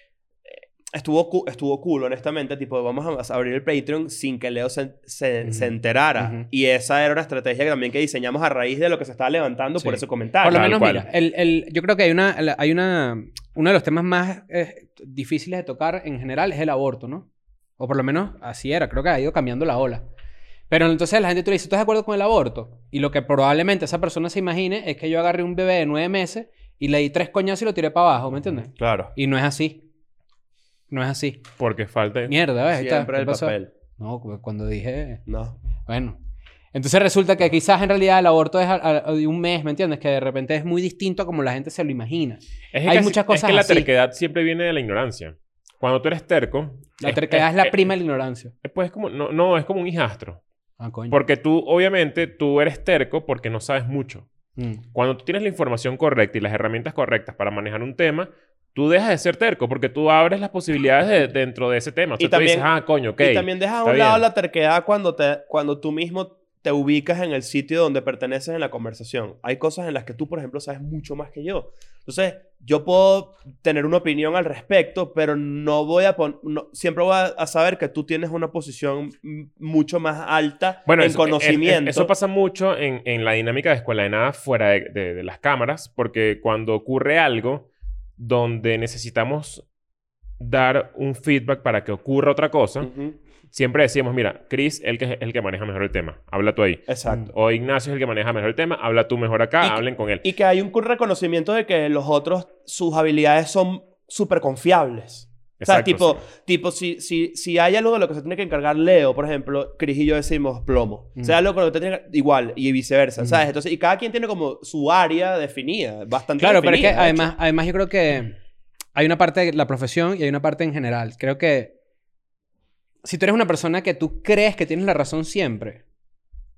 estuvo, cu- estuvo cool, honestamente, tipo, vamos a abrir el Patreon sin que Leo se, se, Ujú. se enterara. Ujú. Y esa era una estrategia que también que diseñamos a raíz de lo que se estaba levantando por Sí. ese Por comentario. lo Tal menos, cual. mira, el, el- yo creo que hay una, la- hay una, uno de los temas más eh, difíciles de tocar en general es el aborto, ¿no? O por lo menos así era, creo que ha ido cambiando la ola. Pero entonces la gente te dice, ¿tú estás de acuerdo con el aborto? Y lo que probablemente esa persona se imagine es que yo agarré un bebé de nueve meses y le di tres coñazos y lo tiré para abajo, ¿me entiendes? Claro. Y no es así. No es así. Porque falta... Mierda, ¿ves? Ahí está. Siempre ¿Qué el pasó? papel. No, cu- cuando dije... No. Bueno. Entonces resulta que quizás en realidad el aborto es a- a- de un mes, ¿me entiendes? Que de repente es muy distinto a como la gente se lo imagina. Es Hay casi- muchas cosas Es que la así. terquedad siempre viene de la ignorancia. Cuando tú eres terco... La terquedad es, la prima de la ignorancia. es- pues es como... No, no, es como un hijastro. Ah, coño. Porque tú, obviamente, tú eres terco porque no sabes mucho. Mm. Cuando tú tienes la información correcta y las herramientas correctas para manejar un tema, tú dejas de ser terco porque tú abres las posibilidades de- dentro de ese tema. O sea, Y tú también- dices, ah, coño, ok. Y también dejas a está un lado bien. la terquedad cuando, te, cuando tú mismo te ubicas en el sitio donde perteneces en la conversación. Hay cosas en las que tú, por ejemplo, sabes mucho más que yo. Entonces, yo puedo tener una opinión al respecto, pero no voy a pon- no- siempre voy a, a saber que tú tienes una posición m- mucho más alta Bueno, en eso- conocimiento. es- es- eso pasa mucho en, en la dinámica de escuela de nada fuera de, de- de las cámaras, porque cuando ocurre algo donde necesitamos dar un feedback para que ocurra otra cosa, Ujú. siempre decimos, mira, Chris el que, el que maneja mejor el tema, habla tú ahí. Exacto. O Ignacio es el que maneja mejor el tema, habla tú mejor acá, Y- hablen con él. Y que hay un cu- reconocimiento de que los otros, sus habilidades son súper confiables. O sea, Exacto, tipo, sí. tipo si, si, si hay algo de lo que se tiene que encargar Leo, por ejemplo, Cris y yo decimos plomo. O sea, algo con lo que te tiene que- igual y viceversa, Mm. ¿sabes? Entonces, y cada quien tiene como su área definida, bastante Claro, pero es que definida, de hecho. además, además yo creo que hay una parte de la profesión y hay una parte en general. Creo que si tú eres una persona que tú crees que tienes la razón siempre,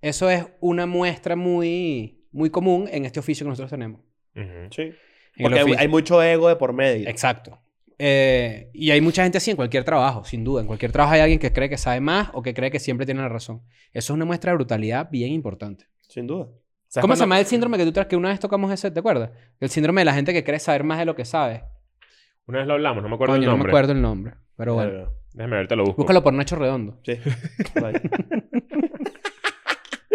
eso es una muestra muy, muy común en este oficio que nosotros tenemos. Ujú. Sí. En el Porque hay, oficio. hay mucho ego de por medio. Exacto. Eh, y hay mucha gente así en cualquier trabajo, sin duda. En cualquier trabajo hay alguien que cree que sabe más o que cree que siempre tiene la razón. Eso es una muestra de brutalidad bien importante. Sin duda. ¿Cómo se ¿Sabes cuándo- llama el síndrome que tú traes que una vez tocamos ese, te acuerdas? El síndrome de la gente que cree saber más de lo que sabe. Una vez lo hablamos, no me acuerdo Coño, el no nombre. me acuerdo el nombre. Pero bueno. Claro. Déjame ver, te lo busco. Búscalo por Nacho Redondo. Sí. Vale. [LAUGHS]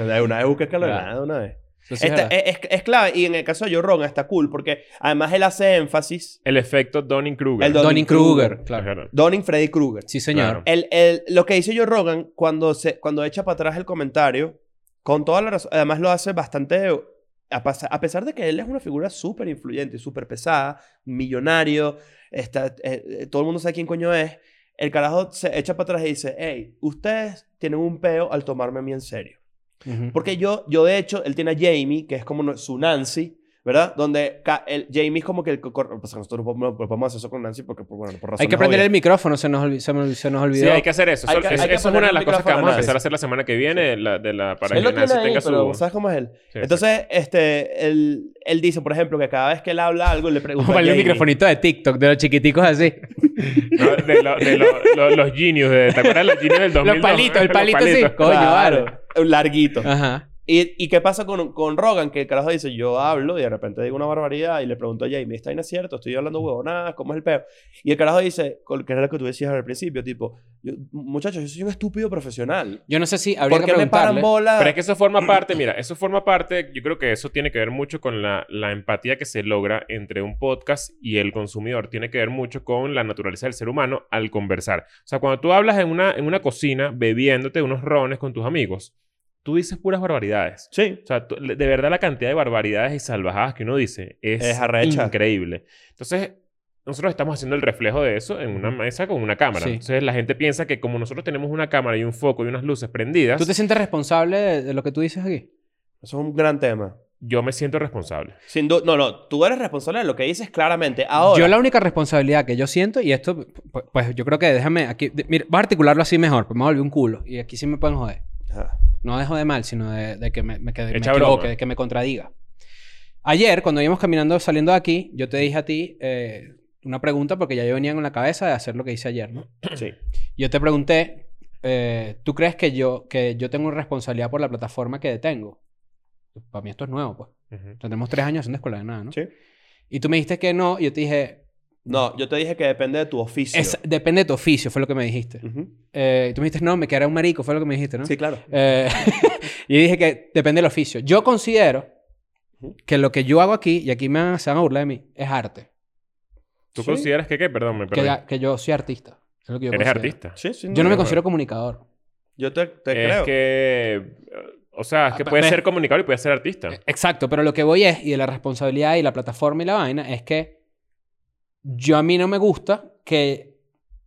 De una vez busca que lo Claro. nada, de una vez. Eso sí es Esta- verdad. Este es, es- es clave. Y en el caso de Joe Rogan está cool porque además él hace énfasis. El efecto Donning-Kruger. El do- Donning Kruger, Dunning-Kruger, claro. Claro. Donning Freddy Krueger. Sí, señor. Claro. El, el- lo que dice Joe Rogan cuando, se, cuando echa para atrás el comentario, con toda la razón, además lo hace bastante, a, pas- a pesar de que él es una figura súper influyente, súper pesada, millonario, está, eh, eh, todo el mundo sabe quién coño es, el carajo se echa para atrás y dice, hey, ustedes tienen un peo al tomarme a mí en serio. Ujú. Porque yo, yo de hecho, él tiene a Jamie, que es como no- su Nancy, ¿verdad? Donde ca- el, Jamie es como que el... co- cor- Pues nosotros no podemos, no podemos hacer eso con Nancy porque, pues, bueno, por razones Hay que prender obvias. el micrófono, se nos, olvi- se me- se nos olvidó. [LAUGHS] Sí, hay que hacer eso. Hay Eso- que- eso- hay que eso es poner una de el las cosas que micrófono vamos a a empezar Nancy. a hacer la semana que viene de la, de la, para Él que lo tiene Nancy ahí, tenga pero su... ¿sabes cómo es él? Sí, Entonces, este, él, él dice, por ejemplo, que cada vez que él habla algo, le pregunta Vamos a ponerle a un Jamie. microfonito de TikTok, de los chiquiticos así. No, de lo- de lo- lo- los genius. De, ¿Te acuerdas de los genius del 2002? Los palitos, el Los palito sí. palitos. Coño, Claro, vale. Larguito. Ajá. ¿Y, y qué pasa con, con Rogan? Que el carajo dice, yo hablo y de repente digo una barbaridad y le pregunto a Jamie, ¿está inacierto? ¿Estoy hablando huevonadas? ¿Cómo es el peo? Y el carajo dice, col- que era lo que tú decías al principio, tipo, yo- muchachos, yo soy un estúpido profesional. Yo no sé si habría ¿Por que qué me paran preguntarle. bola? Pero es que eso forma parte, mira, eso forma parte, yo creo que eso tiene que ver mucho con la, la empatía que se logra entre un podcast y el consumidor. Tiene que ver mucho con la naturaleza del ser humano al conversar. O sea, cuando tú hablas en una, en una cocina bebiéndote unos rones con tus amigos, tú dices puras barbaridades. Sí. O sea, tú- de verdad la cantidad de barbaridades y salvajadas que uno dice es, Es arrecha. increíble. Entonces, nosotros estamos haciendo el reflejo de eso en una mesa con una cámara. Sí. Entonces, la gente piensa que como nosotros tenemos una cámara y un foco y unas luces prendidas, ¿Tú te sientes responsable de, de lo que tú dices aquí? Eso es un gran tema. yo me siento responsable. Sin duda, no, no, tú eres responsable de lo que dices claramente. Ahora, Yo la única responsabilidad que yo siento, y esto, pu- pues yo creo que déjame aquí... de- mira, voy a articularlo así mejor, pues me volví un culo. Y aquí sí me pueden joder. Ajá. No dejo de mal, sino de, de que me, me- que me Echa equivoque, broma. de que me contradiga. Ayer, cuando íbamos caminando, saliendo de aquí, yo te dije a ti eh, una pregunta porque ya yo venía con la cabeza de hacer lo que hice ayer, ¿no? sí. Yo te pregunté, eh, ¿tú crees que yo, que yo tengo responsabilidad por la plataforma que detengo? Para mí esto es nuevo, pues. Ujú. Tenemos tres años haciendo escuela de nada, ¿no? Sí. Y tú me dijiste que no, y yo te dije, No, yo te dije que depende de tu oficio. es, depende de tu oficio, fue lo que me dijiste. Ujú. Eh, tú me dijiste, no, me quedará un marico, fue lo que me dijiste, ¿no? Sí, claro. Eh, [LAUGHS] y dije que depende del oficio. Yo considero Ujú. que lo que yo hago aquí, y aquí me van- se van a burlar de mí, es arte. ¿Tú Sí. consideras que qué? Perdón, me Que, perdí. que yo soy artista. Es lo que yo Eres considero. artista. Sí, sí. Yo no me Es considero comunicador. Yo te, te es creo. que... eh, O sea, es Ah, que pe- puedes me- ser comunicador y puedes ser artista. Eh, Exacto, pero lo que voy es, y de la responsabilidad y la plataforma y la vaina, es que yo a mí no me gusta que,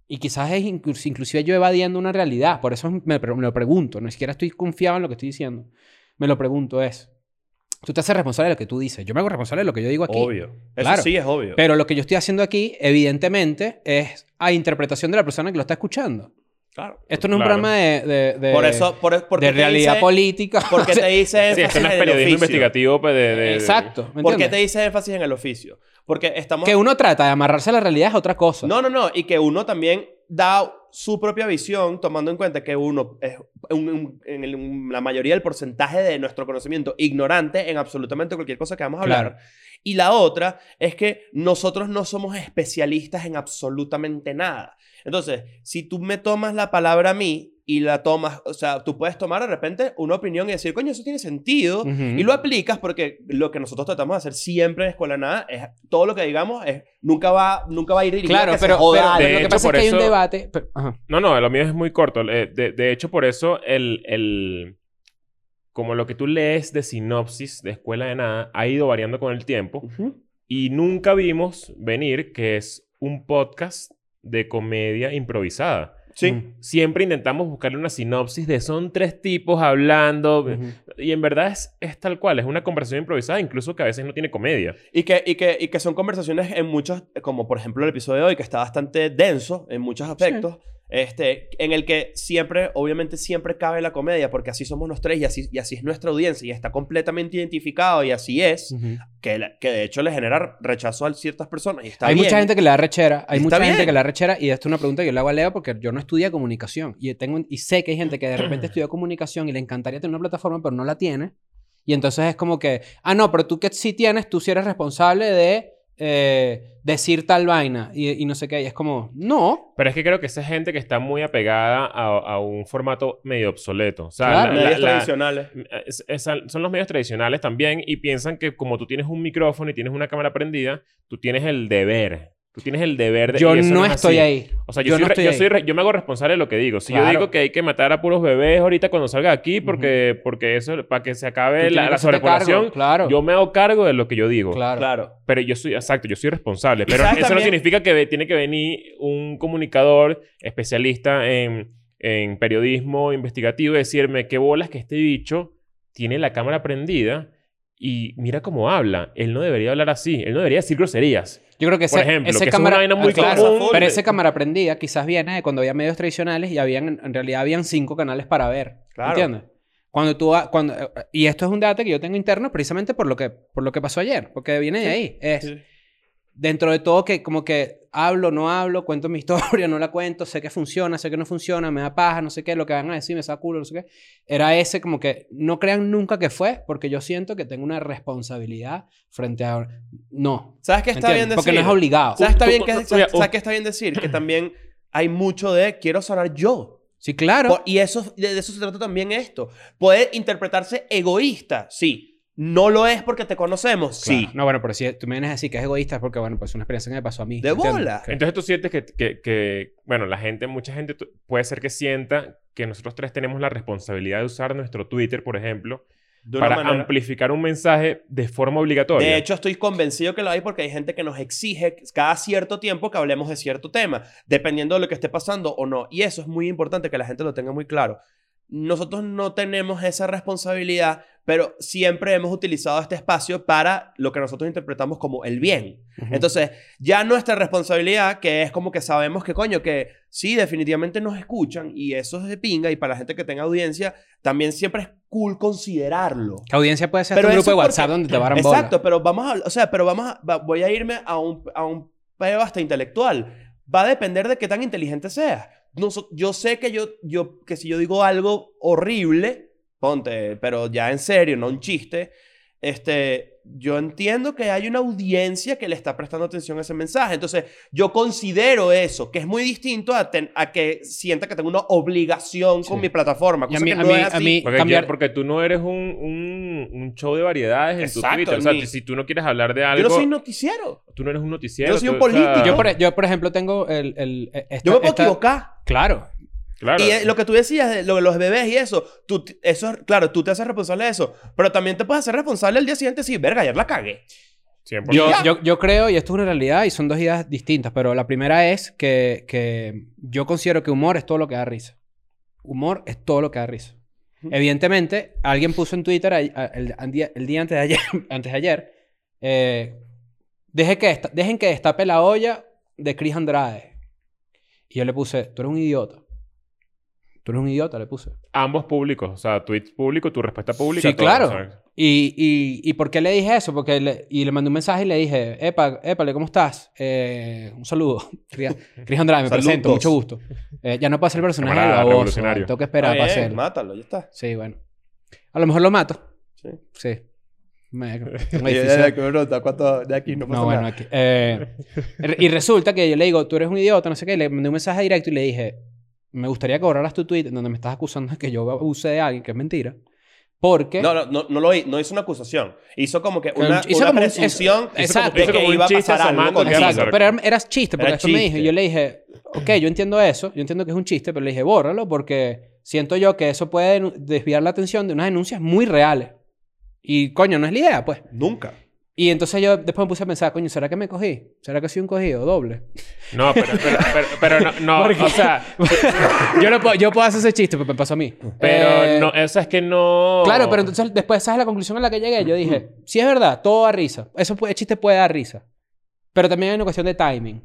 y quizás es inclu- inclusive yo evadiendo una realidad, por eso me, pre- me lo pregunto, no siquiera estoy confiado en lo que estoy diciendo, me lo pregunto es, tú te haces responsable de lo que tú dices, yo me hago responsable de lo que yo digo aquí. Obvio. Eso Claro. sí es obvio. Pero lo que yo estoy haciendo aquí, evidentemente, es a interpretación de la persona que lo está escuchando. claro. Esto no es un Claro. programa de, de- de- por eso, por, por eh, de qué te realidad hice- política. [LAUGHS] ¿Por qué O sea, te hice Sí, énfasis esto no es en el periodismo oficio? investigativo pues, de, de- de- Exacto. ¿me ¿Por qué entiendes? te hice énfasis en el oficio? Porque estamos... Que uno trata de amarrarse a la realidad es otra cosa. No, no, no. Y que uno también da su propia visión tomando en cuenta que uno es un- un- en el- un- la mayoría del porcentaje de nuestro conocimiento ignorante en absolutamente cualquier cosa que vamos a hablar. Claro. Y la otra es que nosotros no somos especialistas en absolutamente nada. Entonces, si tú me tomas la palabra a mí y la tomas, o sea, tú puedes tomar de repente una opinión y decir, coño, eso tiene sentido, Ujú. y lo aplicas porque lo que nosotros tratamos de hacer siempre en Escuela de Nada es todo lo que digamos es nunca va, nunca va a ir dirigido Claro, a que se pero, pero- joda pero De lo que hecho, pasa por es que hay un eso- debate. pero- ajá. No, no, lo mío es muy corto. Eh, De, de hecho, por eso el, el... Como lo que tú lees de sinopsis de Escuela de Nada ha ido variando con el tiempo Ujú. y nunca vimos venir que es un podcast de comedia improvisada. Sí. Mm. Siempre intentamos buscarle una sinopsis de son tres tipos hablando. Y en verdad es, es tal cual, es una conversación improvisada, incluso que a veces no tiene comedia. Y que, y, que, y que son conversaciones en muchos, como por ejemplo el episodio de hoy, que está bastante denso en muchos aspectos, este, en el que siempre, obviamente siempre cabe la comedia, porque así somos los tres y así, y así es nuestra audiencia y está completamente identificado y así Mm. es, que, la- que de hecho le genera rechazo a ciertas personas y está hay bien. mucha gente que le da rechera, hay Está mucha gente bien. que le da rechera y esto es una pregunta que yo le hago a Leo porque yo no estudié comunicación y tengo y sé que hay gente que de [CLEARS THROAT] repente estudia comunicación y le encantaría tener una plataforma pero no la tiene y entonces es como que, ah no, pero tú que sí tienes, tú sí eres responsable de eh, decir tal vaina y, y no sé qué y es como, no, Pero es que creo que esa gente que está muy apegada a, a un formato medio obsoleto. O sea, Claro. la- la- Medidas la- tradicionales. es- esa- son los medios tradicionales también y piensan que como tú tienes un micrófono y tienes una cámara prendida, tú tienes el deber. Tú tienes el deber de... yo y eso no es estoy así. Pues ahí. O sea, yo, Yo soy no re- estoy yo, ahí. soy re- yo me hago responsable de lo que digo. Si yo Claro. digo que hay que matar a puros bebés ahorita cuando salga aquí porque, porque eso, para que se acabe Tú la, tienes la que hacerte sobrepoblación, cargo, claro. yo me hago cargo de lo que yo digo. Claro. Claro. Pero yo soy, exacto, yo soy responsable. Y Pero eso sabes no también- significa que ve- tiene que venir un comunicador especialista en, en periodismo investigativo y decirme qué bolas que este bicho tiene la cámara prendida y mira cómo habla. Él no debería hablar así. Él no debería decir groserías. Yo creo que ese, Por ejemplo, ese que eso es cámara, una vaina muy Ah, claro, común. pero ese cámara prendida quizás viene de cuando había medios tradicionales y habían, en realidad habían cinco canales para ver. Claro. ¿Entiendes? Cuando tú, ha- cuando, eh, y esto es un dato que yo tengo interno precisamente por lo que, por lo que pasó ayer, porque viene de ahí. Es Sí. dentro de todo que como que hablo, no hablo, cuento mi [LAUGHS] historia, no la cuento, sé que funciona, sé que no funciona, me da paja, no sé qué, lo que van a decir, me saca culo, no sé qué. Era ese como que no crean nunca que fue, porque yo siento que tengo una responsabilidad frente a... No, ¿Sabes qué está ¿Entiendes? bien decir? Porque no es obligado. ¿Sabes, está Tú- bien tú- que, tú- sabes- uh. tú- sabes qué está bien decir? Que también hay mucho de quiero sonar yo. Sí, claro. Por- y eso, de de eso se trata también esto. Puede interpretarse egoísta, sí. No lo es porque te conocemos, sí. No, bueno, pero si tú me vienes a decir que es egoísta es porque, bueno, pues es una experiencia que me pasó a mí. De ¿entiendes? bola. Que- Entonces tú sientes que, que- que, bueno, la gente, mucha gente tu- puede ser que sienta que nosotros tres tenemos la responsabilidad de usar nuestro Twitter, por ejemplo, De una para manera- amplificar un mensaje de forma obligatoria. De hecho, estoy convencido que lo hay porque hay gente que nos exige cada cierto tiempo que hablemos de cierto tema, dependiendo de lo que esté pasando o no. Y eso es muy importante que la gente lo tenga muy claro. Nosotros no tenemos esa responsabilidad, pero siempre hemos utilizado este espacio para lo que nosotros interpretamos como el bien. Ujú. Entonces, ya nuestra responsabilidad, que es como que sabemos que coño, que sí, definitivamente nos escuchan y eso es de pinga y para la gente que tenga audiencia, también siempre es cool considerarlo. Que audiencia puede ser Pero un grupo eso de WhatsApp porque- donde te barran bola. Exacto, pero vamos a, o sea, pero vamos a- va- voy a irme a un, a un peo hasta intelectual. Va a depender de qué tan inteligente seas. Noso- yo sé que yo, yo, que si yo digo algo horrible, ponte, pero ya en serio, no un chiste, este, yo entiendo que hay una audiencia que le está prestando atención a ese mensaje. Entonces, yo considero eso, que es muy distinto a, ten- a que sienta que tengo una obligación con Sí. mi Y plataforma. Cosa a mí, que a no mí, es a así. mí Porque, cambiar... ya- porque tú no eres un, un- un show de variedades en tu Exacto, Twitter. O sea, ni- si tú no quieres hablar de Yo algo, no soy noticiero. tú no eres un noticiero. yo no soy un tú- o sea, político. yo, por, yo, por ejemplo, tengo el... el- eh, esta- Yo me puedo esta- equivocar. Claro. Claro. Y eh, lo que tú decías de lo de los bebés y eso, tú, t- eso, es- claro, tú te haces responsable de eso, pero también te puedes hacer responsable el día siguiente si, verga, ayer la cagué. 100%. Yo, Ya. yo, yo creo, y esto es una realidad, y son dos ideas distintas, pero la primera es que, que yo considero que humor es todo lo que da risa. Humor es todo lo que da risa. Ujú. Evidentemente, alguien puso en Twitter a- a- el, al día, el día antes de ayer, [LAUGHS] antes de ayer eh, deje que desta- dejen que destape la olla de Chris Andrade. Y yo le puse, tú eres un idiota. Tú eres un idiota, le puse. Ambos públicos. O sea, tweets público, tu respuesta pública. Sí, todo, claro. ¿sabes? ¿Y, y, y por qué le dije eso? Porque le, y le mandé un mensaje y le dije, epa, épale, ¿cómo estás? Eh, un saludo. [LAUGHS] Cris Cris Andrade, me Saludos. presento, mucho gusto. Eh, ya no puedo hacer el personaje de Camarada baboso, revolucionario. vale, Tengo que esperar Está para bien, hacerlo. Mátalo, ya está. Sí, bueno. A lo mejor lo mato. Sí. Sí. [LAUGHS] Me- tengo Y difícil- de aquí, bueno, de cuánto- de aquí no pasa no, bueno, nada. aquí. eh, re- y resulta que yo le digo, tú eres un idiota, no sé qué. y Le mandé un mensaje directo y le dije, me gustaría que borraras tu tweet en donde me estás acusando de que yo abuse de alguien, que es mentira. Porque... No, no, no, no lo hi- no hizo una acusación. Hizo como que Pero una, hizo una como un- presunción eso- exacto. de Hizo como que un iba a chiste pasar algo asomando con que iba a eso. Exacto, pasar. pero era- eras chiste, porque Era después me dijo, chiste. yo le dije, ok, yo entiendo eso, yo entiendo que es un chiste, pero le dije, bórralo porque siento yo que eso puede denu- desviar la atención de unas denuncias muy reales. Y coño, no es la idea, pues. Nunca. Y entonces yo después me puse a pensar, coño, ¿será que me cogí? ¿Será que soy un cogido doble? [LAUGHS] No, pero, pero, pero, pero no, no Porque- [LAUGHS] o sea, yo, no puedo, yo puedo hacer ese chiste, pero me pasó a mí. pero Eh, no, o sea, es que no... Claro, pero entonces después esa es la conclusión a la que llegué. Yo dije, si es verdad, todo da risa. Eso puede- el chiste puede dar risa. Pero también hay una cuestión de timing.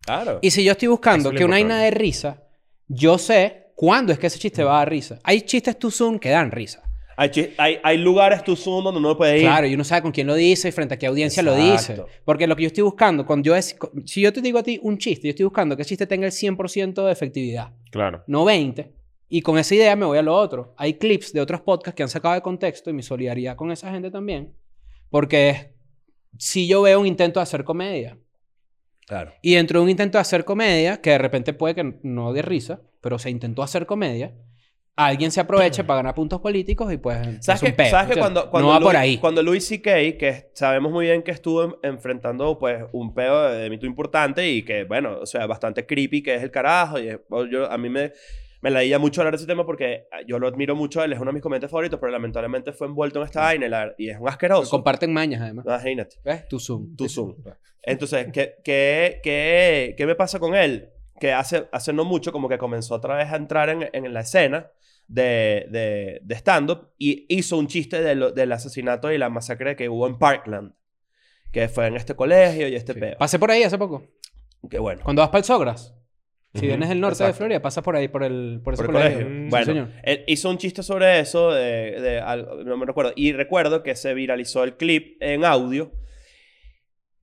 Claro. Y si yo estoy buscando Eso es lo que una vaina importante. Mm. de risa, yo sé cuándo es que ese chiste va a dar risa. Hay chistes tu Zoom que dan risa. Hay, chi- hay, hay lugares tu Zoom donde no puedes ir. Claro, y uno sabe con quién lo dice y frente a qué audiencia lo dice. Exacto. Porque lo que yo estoy buscando, cuando yo es- si yo te digo a ti un chiste, yo estoy buscando que el chiste tenga el 100% de efectividad, Claro. no 20. Y con esa idea me voy a lo otro. Hay clips de otros podcasts que han sacado de contexto y mi solidaridad con esa gente también. Porque es- si yo veo un intento de hacer comedia, Claro. y dentro de un intento de hacer comedia, que de repente puede que no dé risa, pero se intentó hacer comedia, alguien se aprovecha para ganar puntos políticos y pues es ¿Sabes un que, peo, ¿sabes que ¿entiendes? cuando, cuando no va Louis, por ahí. Cuando Louis C.K., que es- sabemos muy bien que estuvo en- enfrentando pues un pedo de, de mito importante y que, bueno, o sea, bastante creepy, que es el carajo. Y es- oh, yo, a mí me, me la leía mucho hablar de ese tema porque ah, yo lo admiro mucho, él es uno de mis comediantes favoritos, pero lamentablemente fue envuelto en esta vaina y, la- y es un asqueroso. Comparten mañas además. Imagínate. ¿Ves? Tu Zoom. Tu Zoom. Entonces, ¿qué, qué, qué, qué me pasa con él? Que hace, hace no mucho como que comenzó otra vez a entrar en, en la escena de, de, de stand-up y hizo un chiste de lo- del asesinato y la masacre que hubo en Parkland. Que fue en este colegio y este Sí. peo. Pasé por ahí hace poco. Que bueno. Cuando vas para el Sogras. Si Ujú, vienes del norte de exacto. Florida, pasas por ahí, por, el, por ese Por el colegio. colegio. Sí, Bueno, señor. él hizo un chiste sobre eso, de, de al- no me recuerdo. Y recuerdo que se viralizó el clip en audio.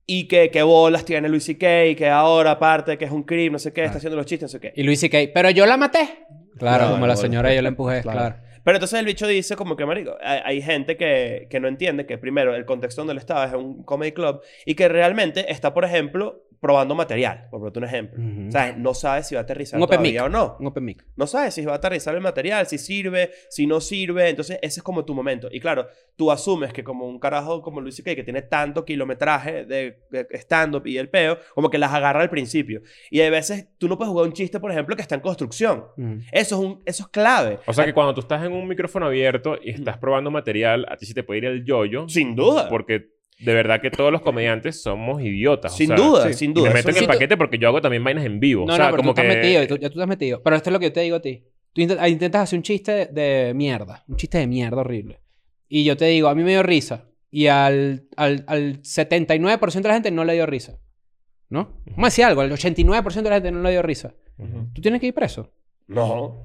Y que, que bolas tiene Luis C.K. Y que ahora, aparte, que es un crime, no sé qué, Claro. está haciendo los chistes, no sé qué. Y Luis C.K., pero yo la maté. Claro, No, como no, la no. señora yo la empujé, Claro. claro. Pero entonces el bicho dice como que, marico, hay, hay gente que, que no entiende que primero el contexto donde él estaba es un comedy club y que realmente está, por ejemplo, probando material, por ponerte un ejemplo. Ujú. O sea, no sabe si va a aterrizar Mm. Un open todavía o no. Un open mic. No sabe si va a aterrizar el material, si sirve, si no sirve. Entonces ese es como tu momento. Y claro, tú asumes que como un carajo como Luis C.K. que tiene tanto kilometraje de, de stand-up y el peo, como que las agarra al principio. Y hay veces tú no puedes jugar un chiste, por ejemplo, que está en construcción. Ujú. Eso es, un, eso es clave. O Eh, sea que cuando tú estás en un micrófono abierto y estás probando material, a ti sí te puede ir el yoyo. Sin duda. Porque de verdad que todos los comediantes somos idiotas. o Sin sea, duda, sí. sin Y duda. me meto Eso en el es- paquete porque yo hago también vainas en vivo. No, o sea, no, pero como tú que... estás metido, y tú- ya tú estás metido. Pero esto es lo que yo te digo a ti. Tú intent- ah, intentas hacer un chiste de, de mierda, un chiste de mierda horrible. Y yo te digo, a mí me dio risa. Y al, al, al 79% de la gente no le dio risa. ¿No? Vamos a decir algo, al 89% de la gente no le dio risa. Ujú. Tú tienes que ir preso. No.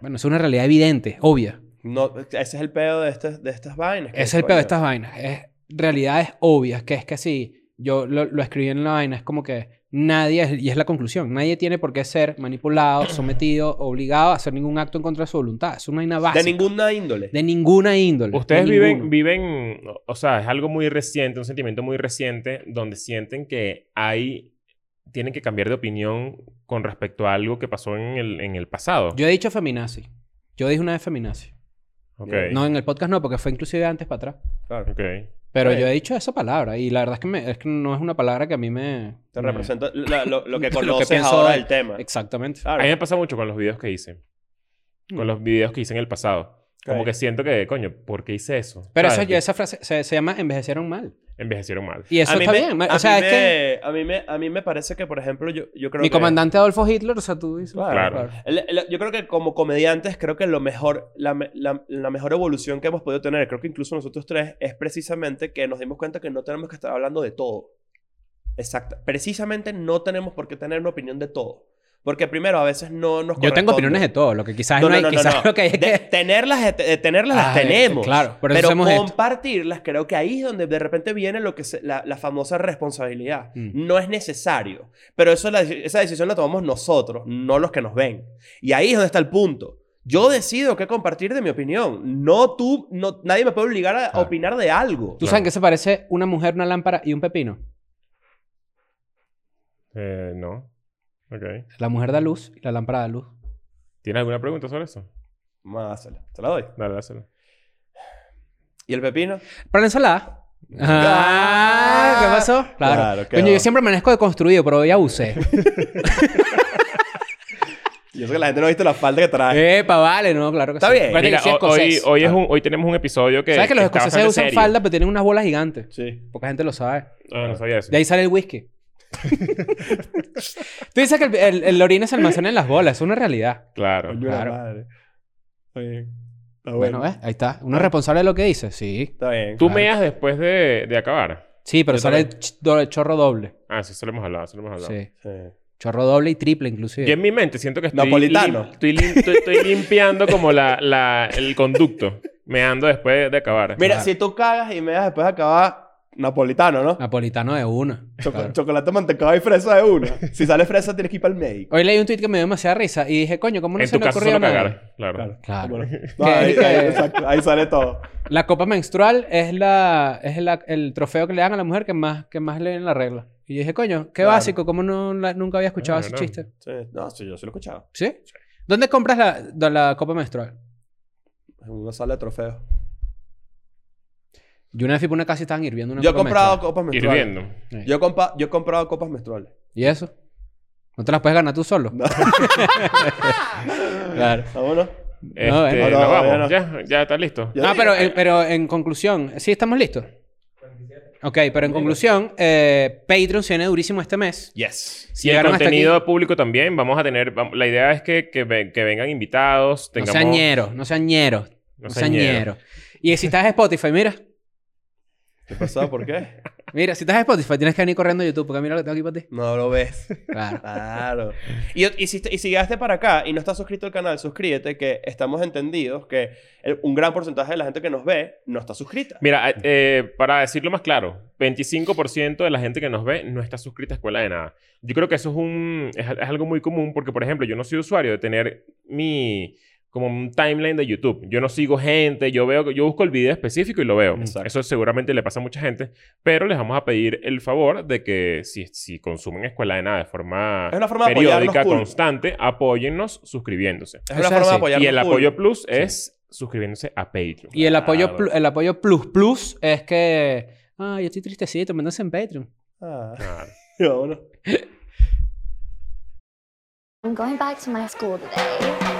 Bueno, eso es una realidad evidente, obvia. No, ese es el pedo de, estas- de estas vainas. que Ese es el coño. peor de estas vainas. Es realidades obvias, que es que sí, yo lo, lo escribí en la vaina, es como que nadie, es- y es la conclusión, nadie tiene por qué ser [CLEARS THROAT] manipulado, sometido, obligado a hacer ningún acto en contra de su voluntad. Es una vaina básica. De ninguna índole. de ninguna índole. Ustedes de viven, ninguno. viven, o sea, es algo muy reciente, un sentimiento muy reciente donde sienten que hay, tienen que cambiar de opinión con respecto a algo que pasó en el, en el pasado. Yo he dicho feminazi. Yo dije una vez feminazi. Ok, No, en el podcast no, porque fue inclusive antes para atrás. Claro. ok. Pero Oye. yo he dicho esa palabra y la verdad es que, me- es que no es una palabra que a mí me... Te me- representa la- lo, lo Mm. [LAUGHS] Lo que que conoces pienso ahora hoy. del tema. Exactamente. A mí Claro. me pasa mucho con los videos que hice. Con Mm. los videos que hice en el pasado. Como Ok. que siento que, coño, ¿por qué hice eso? Pero ¿Sabes? eso, yo- esa frase se, se llama envejecieron mal. Envejecieron mal. Y eso A mí está me- bien. a O sea, mí es que... me- A mí, me, a mí me parece que, por ejemplo, yo, yo creo Mi que... comandante Adolfo Hitler, o sea, tú dices. Claro. El- el- yo creo que como comediantes, creo que lo mejor, la, me- la- la mejor evolución que hemos podido tener, creo que incluso nosotros tres, es precisamente que nos dimos cuenta que no tenemos que estar hablando de todo. Exacto. Precisamente no tenemos por qué tener una opinión de todo. Porque primero, a veces no nos Yo tengo corresponde. opiniones de todo, lo que quizás no, No, no, hay, no, no, quizás no. lo que hay es De- que... tenerlas, de- de tenerlas [LAUGHS] las Ah, eh, tenemos. claro, por eso pero hacemos esto. compartirlas, creo que ahí es donde de repente viene lo que se- la, la famosa responsabilidad. Mm. No es necesario. Pero eso, la- esa decisión la tomamos nosotros, no los que nos ven. Y ahí es donde está el punto. Yo decido qué compartir de mi opinión. No tú, no, nadie me puede obligar a Claro. opinar de algo. ¿Tú sabes que se parece una mujer, una lámpara y un pepino? Eh, no. Ok. La mujer da luz y la lámpara da luz. ¿Tienes alguna pregunta sobre eso? Más, se la- te la doy. Dale, dásela. ¿Y el pepino? Para la ensalada. Ah, Ah, ¿Qué pasó? Claro. claro, qué Coño, va. [LAUGHS] yo siempre amanezco deconstruido, pero hoy abusé. Yo sé que la gente no ha visto la falta que trae. Epa, vale, no, claro que Está sí. bien. Acuérdate que Mira, sí es ho- hoy, escocés. hoy, es un- hoy tenemos un episodio que. ¿Sabes que los está escoceses bastante usan serio? falda, pero tienen unas bolas gigantes? Sí. Poca gente lo sabe. Ah, no sabía eso. De ahí sale el whisky. Tú dices que el, el, el orine se almacena en las bolas. Es una realidad. Claro. Coño de la claro. madre. Está bien. Está Bueno, Ah, bueno. ¿ves? Ahí está. Uno es responsable de lo que dice. Sí. Está bien. ¿Tú Claro. meas después de, de acabar? Sí, pero Yo sale el, ch- do- el chorro doble. Ah, sí, eso lo hemos hablado, eso lo hemos hablado. Sí. Sí. Chorro doble y triple, inclusive. Yo en mi mente siento que estoy... Napolitano. lim- estoy, lim- estoy- estoy limpiando como la, la, el conducto. Meando después de, de acabar. Mira, Claro. si tú cagas y me das después de acabar napolitano, ¿no? Napolitano de una. Choco- Claro. Chocolate, mantecado y fresa de una. si sale fresa, tienes que ir para el médico. Hoy leí un tweet que me dio demasiada risa y dije, coño, ¿cómo no en se tu me caso ocurrió solo a nadie? cagar. Claro. Claro. Claro. Bueno, Que- [LAUGHS] no, ahí, que- ahí- exacto, ahí sale todo. La copa menstrual es, la, es la, el trofeo que le dan a la mujer que más, que más leen la regla. Y yo dije, coño, qué Claro. básico, ¿cómo no, la- nunca había escuchado Ah, ese ¿verdad? chiste? Sí, No, sí, yo sí lo he escuchado. ¿Sí? ¿Dónde compras la, da- la copa menstrual? En una sala de trofeos. Yo una vez fui por una casa y estaban hirviendo una Yo he copa comprado menstrual. copas menstruales. Hirviendo. Yo he, compa- yo he comprado copas menstruales. ¿Y eso? ¿No te las puedes ganar tú solo? No. Claro. Vámonos. Este, No, eh. nos No, no, vamos. no. Ya, ya está listo. Ya no, digo, Ah, pero, eh, en- pero en conclusión, ¿sí estamos listos? Ok, pero en conclusión, eh, Patreon se viene durísimo este mes. Yes. Y el llegaron hasta contenido público también. Vamos a tener... vam- la idea es que, que, ve- que vengan invitados. Tengamos... No sean ñeros, no sean ñeros. No sean ñeros. Y si estás en Spotify, mira. ¿Qué pasó? ¿Por qué? Mira, si estás en Spotify, tienes que venir corriendo a YouTube, porque mira lo que tengo aquí para ti. No lo ves. Claro. Claro. Y, y si, y si llegaste para acá y no estás suscrito al canal, suscríbete, que estamos entendidos que el- un gran porcentaje de la gente que nos ve no está suscrita. Mira, eh, eh, para decirlo más claro, 25% de la gente que nos ve no está suscrita a Escuela de Nada. Yo creo que eso es, un, es, al- es algo muy común porque, por ejemplo, yo no soy usuario de tener mi como un timeline de YouTube. Yo no sigo gente, yo veo, yo busco el video específico y lo veo. Exacto. Eso seguramente le pasa a mucha gente, pero les vamos a pedir el favor de que si, si consumen Escuela de Nada de forma, Es una forma de apoyarnos periódica, cool. constante, apóyennos suscribiéndose. Es Eso una es forma de así. apoyar. Y el apoyo plus es suscribiéndose a Patreon. Y el apoyo, Claro. plu- el apoyo plus plus es que... Ah, yo estoy tristecito, me en Patreon. Ah. [LAUGHS] Claro. Vámonos. I'm going back to my school today.